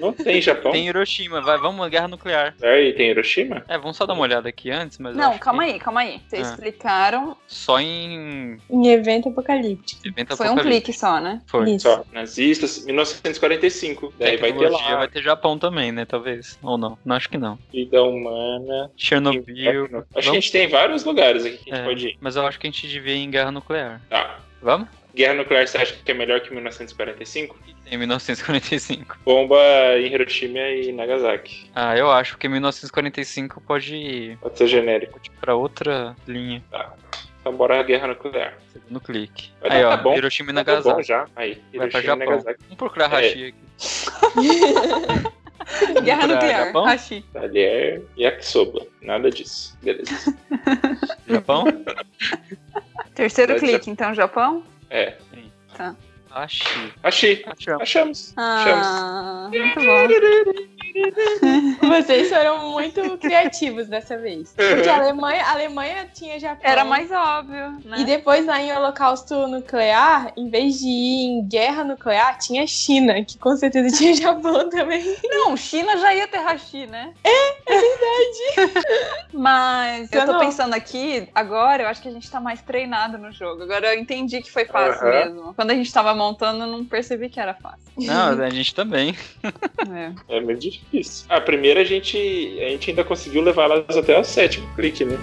[SPEAKER 4] Não tem Japão?
[SPEAKER 2] Tem Hiroshima, vai, vamos, guerra nuclear.
[SPEAKER 4] Aí tem Hiroshima?
[SPEAKER 2] É, vamos só dar uma olhada aqui antes, mas. eu
[SPEAKER 1] Não,
[SPEAKER 2] acho
[SPEAKER 1] calma
[SPEAKER 2] que
[SPEAKER 1] aí, calma aí. Vocês
[SPEAKER 2] Ah.
[SPEAKER 1] explicaram,
[SPEAKER 2] Só em
[SPEAKER 3] Em evento apocalíptico.
[SPEAKER 2] evento
[SPEAKER 1] foi um
[SPEAKER 2] apocalipse.
[SPEAKER 1] clique só, né?
[SPEAKER 2] Foi.
[SPEAKER 3] Isso.
[SPEAKER 4] Só, nazistas, 1945. Daí vai ter
[SPEAKER 2] Tecnologia,
[SPEAKER 4] lá.
[SPEAKER 2] vai ter Japão também, né? Talvez. Ou não. Não acho que não.
[SPEAKER 4] Vida humana.
[SPEAKER 2] Chernobyl.
[SPEAKER 4] inverno. Acho que a
[SPEAKER 2] Vamos...
[SPEAKER 4] gente tem vários lugares aqui que a gente
[SPEAKER 2] É.
[SPEAKER 4] pode ir.
[SPEAKER 2] Mas eu acho que a gente devia ir em guerra nuclear.
[SPEAKER 4] Tá.
[SPEAKER 2] Vamos?
[SPEAKER 4] Guerra nuclear você acha que é melhor que 1945?
[SPEAKER 2] Em 1945.
[SPEAKER 4] Bomba em Hiroshima e Nagasaki.
[SPEAKER 2] Ah, eu acho que 1945 pode ir
[SPEAKER 4] Pode ser genérico.
[SPEAKER 2] pra outra linha.
[SPEAKER 4] Então bora a guerra nuclear.
[SPEAKER 2] Segundo clique.
[SPEAKER 4] Vai
[SPEAKER 2] Aí,
[SPEAKER 4] dar
[SPEAKER 2] ó.
[SPEAKER 4] tá bom.
[SPEAKER 2] Hiroshima e
[SPEAKER 4] Tá bom É.
[SPEAKER 2] Nagasaki.
[SPEAKER 4] já. Aí,
[SPEAKER 2] Vai
[SPEAKER 4] Hiroshima
[SPEAKER 2] pra
[SPEAKER 4] e
[SPEAKER 2] Japão.
[SPEAKER 4] Nagasaki.
[SPEAKER 2] Vamos procurar Hashi aqui.
[SPEAKER 1] Guerra
[SPEAKER 2] Pra
[SPEAKER 1] nuclear.
[SPEAKER 2] Japão?
[SPEAKER 1] Hashi.
[SPEAKER 4] Talher e é yakisoba. Nada disso. Beleza.
[SPEAKER 2] Japão?
[SPEAKER 1] Terceiro
[SPEAKER 4] Vai,
[SPEAKER 1] clique, então, Japão?
[SPEAKER 4] É.
[SPEAKER 2] Hashi.
[SPEAKER 4] Achei. Achamos.
[SPEAKER 2] Achamos.
[SPEAKER 1] Ah, muito bom.
[SPEAKER 3] Vocês foram muito criativos dessa vez. Porque a Alemanha, a Alemanha tinha Japão.
[SPEAKER 1] Era mais óbvio, né?
[SPEAKER 3] E depois lá em Holocausto Nuclear, em vez de ir em guerra nuclear, tinha China, que com certeza tinha Japão também.
[SPEAKER 1] Não, China já ia ter hashi, né? É, é verdade. Mas eu
[SPEAKER 3] Eu
[SPEAKER 1] tô
[SPEAKER 3] não.
[SPEAKER 1] pensando aqui, agora eu acho que a gente tá mais treinado no jogo. Agora eu entendi que foi fácil
[SPEAKER 4] Aham.
[SPEAKER 1] mesmo. Quando a gente tava montando, eu não percebi que era fácil.
[SPEAKER 2] Não, né, a gente também.
[SPEAKER 1] É.
[SPEAKER 4] É meio difícil. A primeira a gente, a gente ainda conseguiu levar elas até o sétimo clique, né?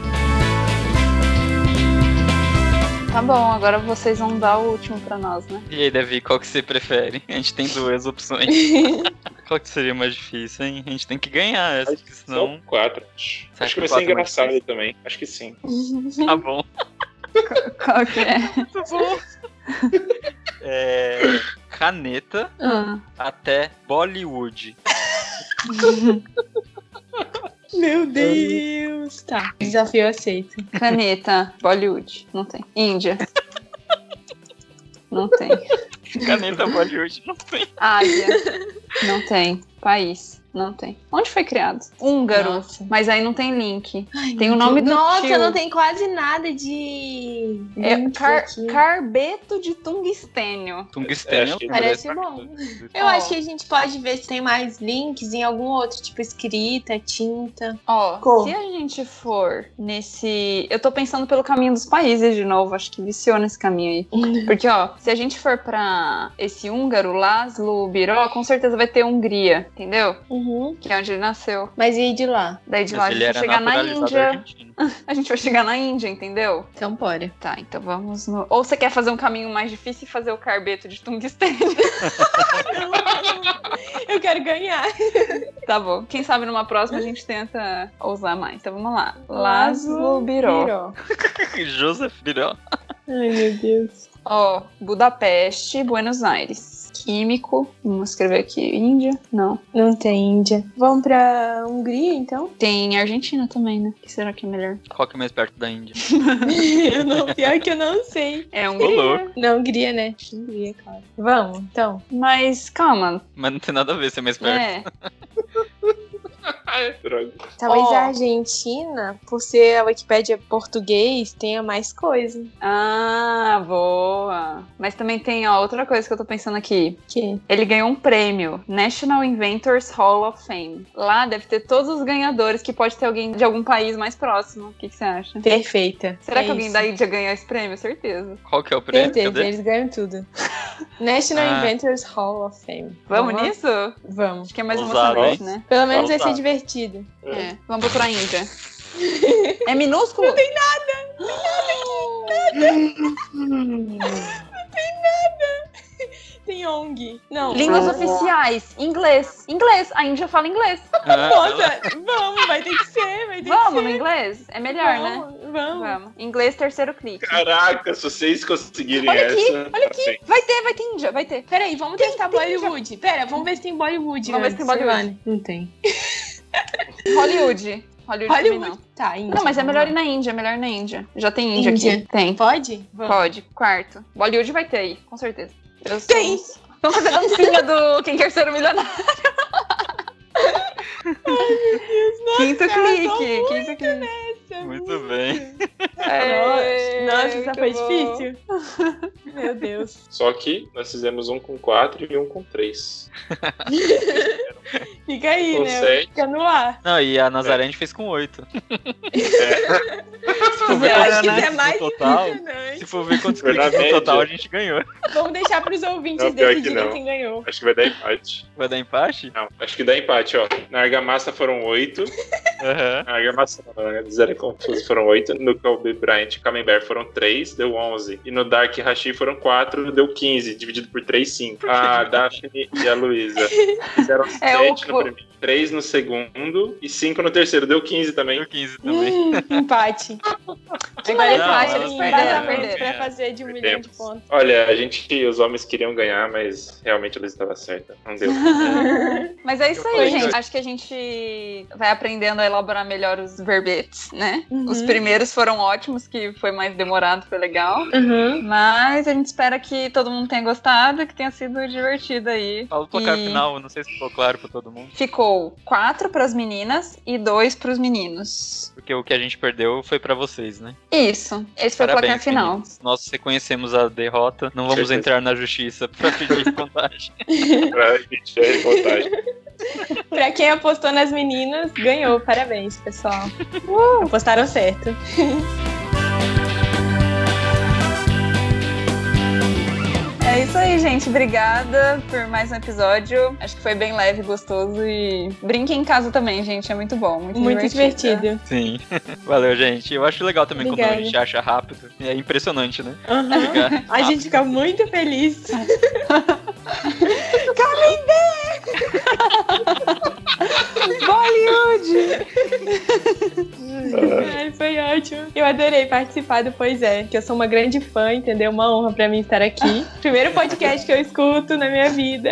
[SPEAKER 1] Tá bom, agora vocês vão dar o último pra nós, né?
[SPEAKER 2] E aí, Davi, qual que você prefere? A gente tem duas opções. qual que seria mais difícil, hein? A gente tem que ganhar essa, porque senão.
[SPEAKER 4] São quatro. Acho,
[SPEAKER 2] Será
[SPEAKER 4] acho
[SPEAKER 2] que
[SPEAKER 4] que vai
[SPEAKER 2] quatro
[SPEAKER 4] ser
[SPEAKER 2] é mais
[SPEAKER 4] engraçado também. Acho que sim. um.
[SPEAKER 2] Tá bom.
[SPEAKER 1] Qual que é?
[SPEAKER 2] Muito bom. É, caneta
[SPEAKER 1] Ah.
[SPEAKER 2] até Bollywood.
[SPEAKER 3] Meu Deus! Tá, desafio aceito.
[SPEAKER 1] Caneta, Bollywood, não tem. Índia. Não tem.
[SPEAKER 2] Caneta Bollywood não tem.
[SPEAKER 1] Ásia. Não tem. País. Não tem. Onde foi criado? Húngaro.
[SPEAKER 3] Nossa.
[SPEAKER 1] Mas aí não tem link. Tem o nome do
[SPEAKER 3] Nossa,
[SPEAKER 1] tio.
[SPEAKER 3] não tem quase nada de.
[SPEAKER 1] É
[SPEAKER 3] links
[SPEAKER 1] car-
[SPEAKER 3] aqui.
[SPEAKER 1] carbeto de tungstênio.
[SPEAKER 2] Tungstênio. é
[SPEAKER 4] acho que-
[SPEAKER 3] Parece bom. Eu
[SPEAKER 1] Ó.
[SPEAKER 3] acho que a gente pode ver se tem mais links em algum outro, tipo escrita, tinta.
[SPEAKER 1] Ó,
[SPEAKER 3] Como?
[SPEAKER 1] se a gente for nesse. Eu tô pensando pelo caminho dos países de novo, acho que viciou nesse caminho aí. Porque, ó, se a gente for pra esse húngaro, Laszlo Biró, com certeza vai ter Hungria, entendeu?
[SPEAKER 3] Uhum.
[SPEAKER 1] Que é onde ele nasceu.
[SPEAKER 3] Mas e de lá?
[SPEAKER 1] Daí de lá a
[SPEAKER 2] Mas ele
[SPEAKER 1] gente vai
[SPEAKER 2] era
[SPEAKER 1] chegar na
[SPEAKER 2] naturalizado
[SPEAKER 1] Índia.
[SPEAKER 2] argentino.
[SPEAKER 1] A gente vai chegar na Índia, entendeu?
[SPEAKER 3] Então, bora.
[SPEAKER 1] Tá, então vamos no. Ou você quer fazer um caminho mais difícil e fazer o carbeto de tungstênio?
[SPEAKER 3] Eu quero ganhar.
[SPEAKER 1] Tá bom. Quem sabe numa próxima a gente tenta ousar mais. Então vamos lá.
[SPEAKER 3] Laszlo
[SPEAKER 1] Laszlo Biró.
[SPEAKER 2] Joseph Biró.
[SPEAKER 3] Ai, meu Deus.
[SPEAKER 1] Ó, Budapeste, Buenos Aires. Químico. Vamos escrever aqui. Índia? Não.
[SPEAKER 3] Não tem Índia. Vamos pra Hungria, então?
[SPEAKER 1] Tem Argentina também, né? Que será que é melhor?
[SPEAKER 2] Qual que é mais perto da Índia?
[SPEAKER 3] eu não, pior que eu não sei.
[SPEAKER 1] É
[SPEAKER 2] Ô,
[SPEAKER 1] Hungria.
[SPEAKER 2] louco.
[SPEAKER 3] Na Hungria, né? Hungria, claro. Vamos, então.
[SPEAKER 1] Mas calma,
[SPEAKER 2] Mas não tem nada a ver ser mais perto.
[SPEAKER 1] né?
[SPEAKER 4] Ah, droga.
[SPEAKER 3] Talvez
[SPEAKER 1] Ó.
[SPEAKER 3] a Argentina, por ser a Wikipédia português, tenha mais coisa.
[SPEAKER 1] Ah, boa. Mas também tem, ó, outra coisa que eu tô pensando aqui.
[SPEAKER 3] Que?
[SPEAKER 1] Ele ganhou um prêmio, National Inventors Hall of Fame. Lá deve ter todos os ganhadores que pode ter alguém de algum país mais próximo. O que que você acha?
[SPEAKER 3] Perfeita.
[SPEAKER 1] Será
[SPEAKER 3] É
[SPEAKER 1] que alguém
[SPEAKER 3] isso.
[SPEAKER 1] da Índia ganhou esse prêmio? Certeza.
[SPEAKER 2] Qual que é o prêmio?
[SPEAKER 3] Certeza,
[SPEAKER 2] Cadê?
[SPEAKER 3] eles ganham tudo. National
[SPEAKER 2] Ah.
[SPEAKER 3] Inventors Hall of Fame. Então,
[SPEAKER 1] Vamos nisso?
[SPEAKER 3] Vamos.
[SPEAKER 1] Acho que é mais
[SPEAKER 2] Ousado,
[SPEAKER 1] emocionante,
[SPEAKER 4] hein?
[SPEAKER 1] né?
[SPEAKER 3] Pelo menos vai ser
[SPEAKER 4] Vamos
[SPEAKER 3] divertido.
[SPEAKER 1] É. Vamos procurar a Índia. É minúsculo? Não tem nada!
[SPEAKER 3] Tem ONG. Não.
[SPEAKER 1] Línguas
[SPEAKER 3] Ah.
[SPEAKER 1] oficiais. Inglês. Inglês. A Índia fala inglês.
[SPEAKER 2] Ah,
[SPEAKER 3] Nossa, vamos, vai ter que ser, vai ter
[SPEAKER 1] Vamos
[SPEAKER 3] que
[SPEAKER 1] no
[SPEAKER 3] ser.
[SPEAKER 1] inglês? É melhor, né?
[SPEAKER 3] vamos, vamos.
[SPEAKER 1] Vamos. Inglês, terceiro clique.
[SPEAKER 4] Caraca, se vocês conseguirem
[SPEAKER 1] Olha aqui,
[SPEAKER 4] essa. tá
[SPEAKER 1] olha aqui.
[SPEAKER 4] parabéns.
[SPEAKER 1] Vai ter, vai ter Índia, vai ter.
[SPEAKER 3] Peraí, vamos testar Bollywood. Pera, vamos ver se tem Bollywood.
[SPEAKER 1] Vamos ver se
[SPEAKER 3] antes,
[SPEAKER 1] tem Bollywood.
[SPEAKER 3] Silvana. Não tem.
[SPEAKER 1] Hollywood. Hollywood, também
[SPEAKER 3] Hollywood.
[SPEAKER 1] não.
[SPEAKER 3] Tá, Índia.
[SPEAKER 1] Não, mas é
[SPEAKER 3] vamos
[SPEAKER 1] melhor
[SPEAKER 3] lá.
[SPEAKER 1] ir na Índia, é melhor ir na Índia. Já tem Índia, aqui.
[SPEAKER 3] Índia.
[SPEAKER 1] Tem.
[SPEAKER 3] Pode? Vamos.
[SPEAKER 1] Pode. Quarto. Bollywood vai ter aí, com certeza. Eu sou-
[SPEAKER 3] Tem.
[SPEAKER 1] Vamos fazer a dancinha do Quem Quer Ser um Milionário. Quinto
[SPEAKER 3] cara, eu sou
[SPEAKER 1] clique. Quinto clique.
[SPEAKER 2] Muito bem.
[SPEAKER 1] É,
[SPEAKER 3] Nossa, essa
[SPEAKER 1] muito
[SPEAKER 3] foi
[SPEAKER 1] bom.
[SPEAKER 3] difícil. Meu Deus.
[SPEAKER 4] Só que nós fizemos um com 4 e um com 3.
[SPEAKER 3] Fica aí,
[SPEAKER 4] Com
[SPEAKER 3] né?
[SPEAKER 4] 7.
[SPEAKER 3] Fica no ar.
[SPEAKER 2] Não, e a Nazaré a gente fez com oito. Se for
[SPEAKER 3] Se
[SPEAKER 2] ver
[SPEAKER 3] acho
[SPEAKER 2] quantos
[SPEAKER 3] que isso é
[SPEAKER 2] cliques
[SPEAKER 3] mais
[SPEAKER 2] né? no total,
[SPEAKER 3] impressionante.
[SPEAKER 2] se for ver quantos cliques no
[SPEAKER 4] Verdade.
[SPEAKER 2] total a gente ganhou.
[SPEAKER 3] Vamos deixar pros ouvintes
[SPEAKER 4] Não, pior que
[SPEAKER 3] decidirem
[SPEAKER 4] não.
[SPEAKER 3] quem ganhou.
[SPEAKER 4] Acho que vai dar empate.
[SPEAKER 2] Vai dar empate?
[SPEAKER 4] Não, acho que dá empate, ó. Na argamassa foram 8.
[SPEAKER 2] Aham.
[SPEAKER 4] Na argamassa não, né? Zero é confuso foram 8. No Kobe Bryant e Camembert foram 3, deu 11. E no Dark Hashi foram 4, deu 15. Dividido por 3, 5. A Daphne e a Luísa fizeram 7
[SPEAKER 1] É o-
[SPEAKER 4] no primeiro, 3 no segundo e 5 no terceiro. Deu 15 também.
[SPEAKER 2] Deu 15 também.
[SPEAKER 3] Hum, empate.
[SPEAKER 1] Agora
[SPEAKER 2] Não,
[SPEAKER 1] é fácil,
[SPEAKER 2] elas
[SPEAKER 1] eles
[SPEAKER 2] perderam,
[SPEAKER 1] perderam,
[SPEAKER 2] elas
[SPEAKER 1] perderam.
[SPEAKER 3] Pra fazer de um milhão de
[SPEAKER 4] Perdemos.
[SPEAKER 3] pontos.
[SPEAKER 4] Olha, a gente, os homens queriam ganhar, mas realmente a Luísa estava certa. Não deu.
[SPEAKER 1] Mas é isso
[SPEAKER 2] Eu
[SPEAKER 1] aí,
[SPEAKER 2] falei,
[SPEAKER 1] gente.
[SPEAKER 2] né?
[SPEAKER 1] Acho que a gente vai aprendendo a elaborar melhor os verbetes, né?
[SPEAKER 3] Uhum.
[SPEAKER 1] Os primeiros foram ótimos, que foi mais demorado, foi legal.
[SPEAKER 3] Uhum.
[SPEAKER 1] Mas a gente espera que todo mundo tenha gostado, que tenha sido divertido aí.
[SPEAKER 2] Fala o placar
[SPEAKER 1] E-
[SPEAKER 2] final, não sei se ficou claro pra todo mundo.
[SPEAKER 1] Ficou quatro pras meninas e dois pros meninos.
[SPEAKER 2] Porque o que a gente perdeu foi pra vocês, né?
[SPEAKER 1] Isso. Esse foi o placar
[SPEAKER 2] Parabéns,
[SPEAKER 1] final.
[SPEAKER 2] meninas. Nós reconhecemos a derrota, não vamos
[SPEAKER 4] Certeza.
[SPEAKER 2] entrar na justiça pra pedir contagem.
[SPEAKER 4] pra gente é reportagem.
[SPEAKER 3] Pra quem apostou nas meninas, ganhou. Parabéns, pessoal. Apostaram certo.
[SPEAKER 1] É isso aí, gente. Obrigada por mais um episódio. Acho que foi bem leve, gostoso e brinquem em casa também, gente. É muito bom, muito,
[SPEAKER 3] Muito
[SPEAKER 1] divertido.
[SPEAKER 3] divertido.
[SPEAKER 2] Sim. Valeu, gente. Eu acho legal também quando
[SPEAKER 3] Obrigada.
[SPEAKER 2] a gente acha rápido. É impressionante, né?
[SPEAKER 3] Aham.
[SPEAKER 2] Fica
[SPEAKER 3] Uhum. A
[SPEAKER 2] rápido.
[SPEAKER 3] gente fica muito feliz.
[SPEAKER 1] Bollywood!
[SPEAKER 3] Ai, foi ótimo. Eu adorei participar do Pois É, que eu sou uma grande fã, entendeu? Uma honra pra mim estar aqui. Primeiro podcast que eu escuto na minha vida.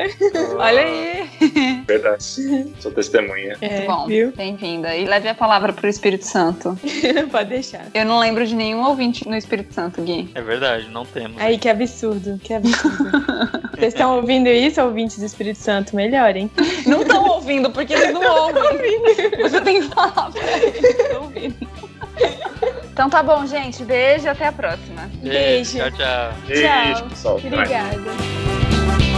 [SPEAKER 1] Olha aí!
[SPEAKER 4] Verdade. Sou testemunha.
[SPEAKER 3] É,
[SPEAKER 1] bom.
[SPEAKER 3] Viu?
[SPEAKER 1] Bem-vinda. E leve a palavra pro Espírito Santo.
[SPEAKER 3] Pode deixar.
[SPEAKER 1] Eu não lembro de nenhum ouvinte no Espírito Santo, Gui.
[SPEAKER 2] É verdade, não temos.
[SPEAKER 3] Aí, que absurdo, que absurdo. Vocês estão ouvindo isso, ouvintes do Espírito Santo? Melhorem.
[SPEAKER 1] Não estão ouvindo, porque eles não ouvem. Você tem que falar.
[SPEAKER 3] Estão ouvindo.
[SPEAKER 1] Então tá bom, gente. Beijo e até a próxima.
[SPEAKER 3] Beijo.
[SPEAKER 2] Tchau, tchau.
[SPEAKER 4] Beijo, pessoal. Vai.
[SPEAKER 3] Obrigada.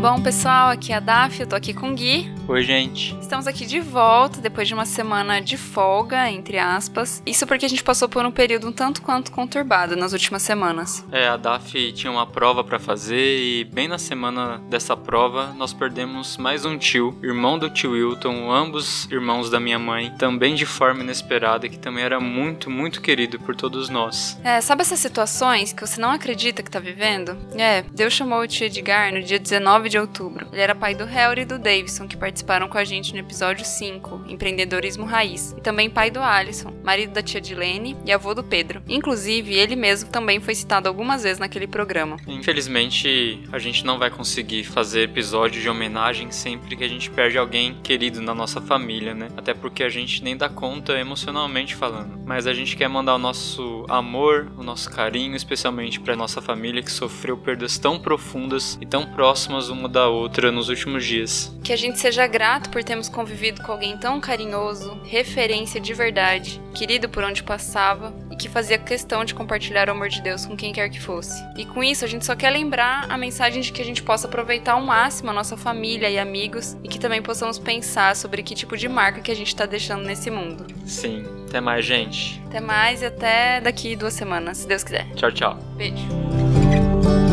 [SPEAKER 1] Bom, pessoal, aqui é a Daf, eu tô aqui com o Gui.
[SPEAKER 2] Oi, gente.
[SPEAKER 1] Estamos aqui de volta depois de uma semana de folga, entre aspas. Isso porque a gente passou por um período um tanto quanto conturbado nas últimas semanas.
[SPEAKER 5] É, a DAF tinha uma prova pra fazer e bem na semana dessa prova nós perdemos mais um tio, irmão do tio Wilton, ambos irmãos da minha mãe, também de forma inesperada, que também era muito, muito querido por todos nós.
[SPEAKER 1] É, sabe essas situações que você não acredita que tá vivendo? É, Deus chamou o tio Edgar no dia 19 de outubro. Ele era pai do Harry e do Davidson, que participaram com a gente no episódio 5, Empreendedorismo Raiz. E também pai do Alisson, marido da tia Dilene e avô do Pedro. Inclusive, ele mesmo também foi citado algumas vezes naquele programa.
[SPEAKER 5] Infelizmente, a gente não vai conseguir fazer episódio de homenagem sempre que a gente perde alguém querido na nossa família, né? Até porque a gente nem dá conta emocionalmente falando. Mas a gente quer mandar o nosso amor, o nosso carinho, especialmente pra nossa família que sofreu perdas tão profundas e tão próximas uma da outra nos últimos dias.
[SPEAKER 1] Que a gente seja grato por termos convivido com alguém tão carinhoso, referência de verdade, querido por onde passava e que fazia questão de compartilhar o amor de Deus com quem quer que fosse. E com isso, a gente só quer lembrar a mensagem de que a gente possa aproveitar ao máximo a nossa família e amigos e que também possamos pensar sobre que tipo de marca que a gente está deixando nesse mundo.
[SPEAKER 5] Sim, até mais, gente.
[SPEAKER 1] Até mais e até daqui duas semanas, se Deus quiser.
[SPEAKER 5] Tchau, tchau.
[SPEAKER 1] Beijo.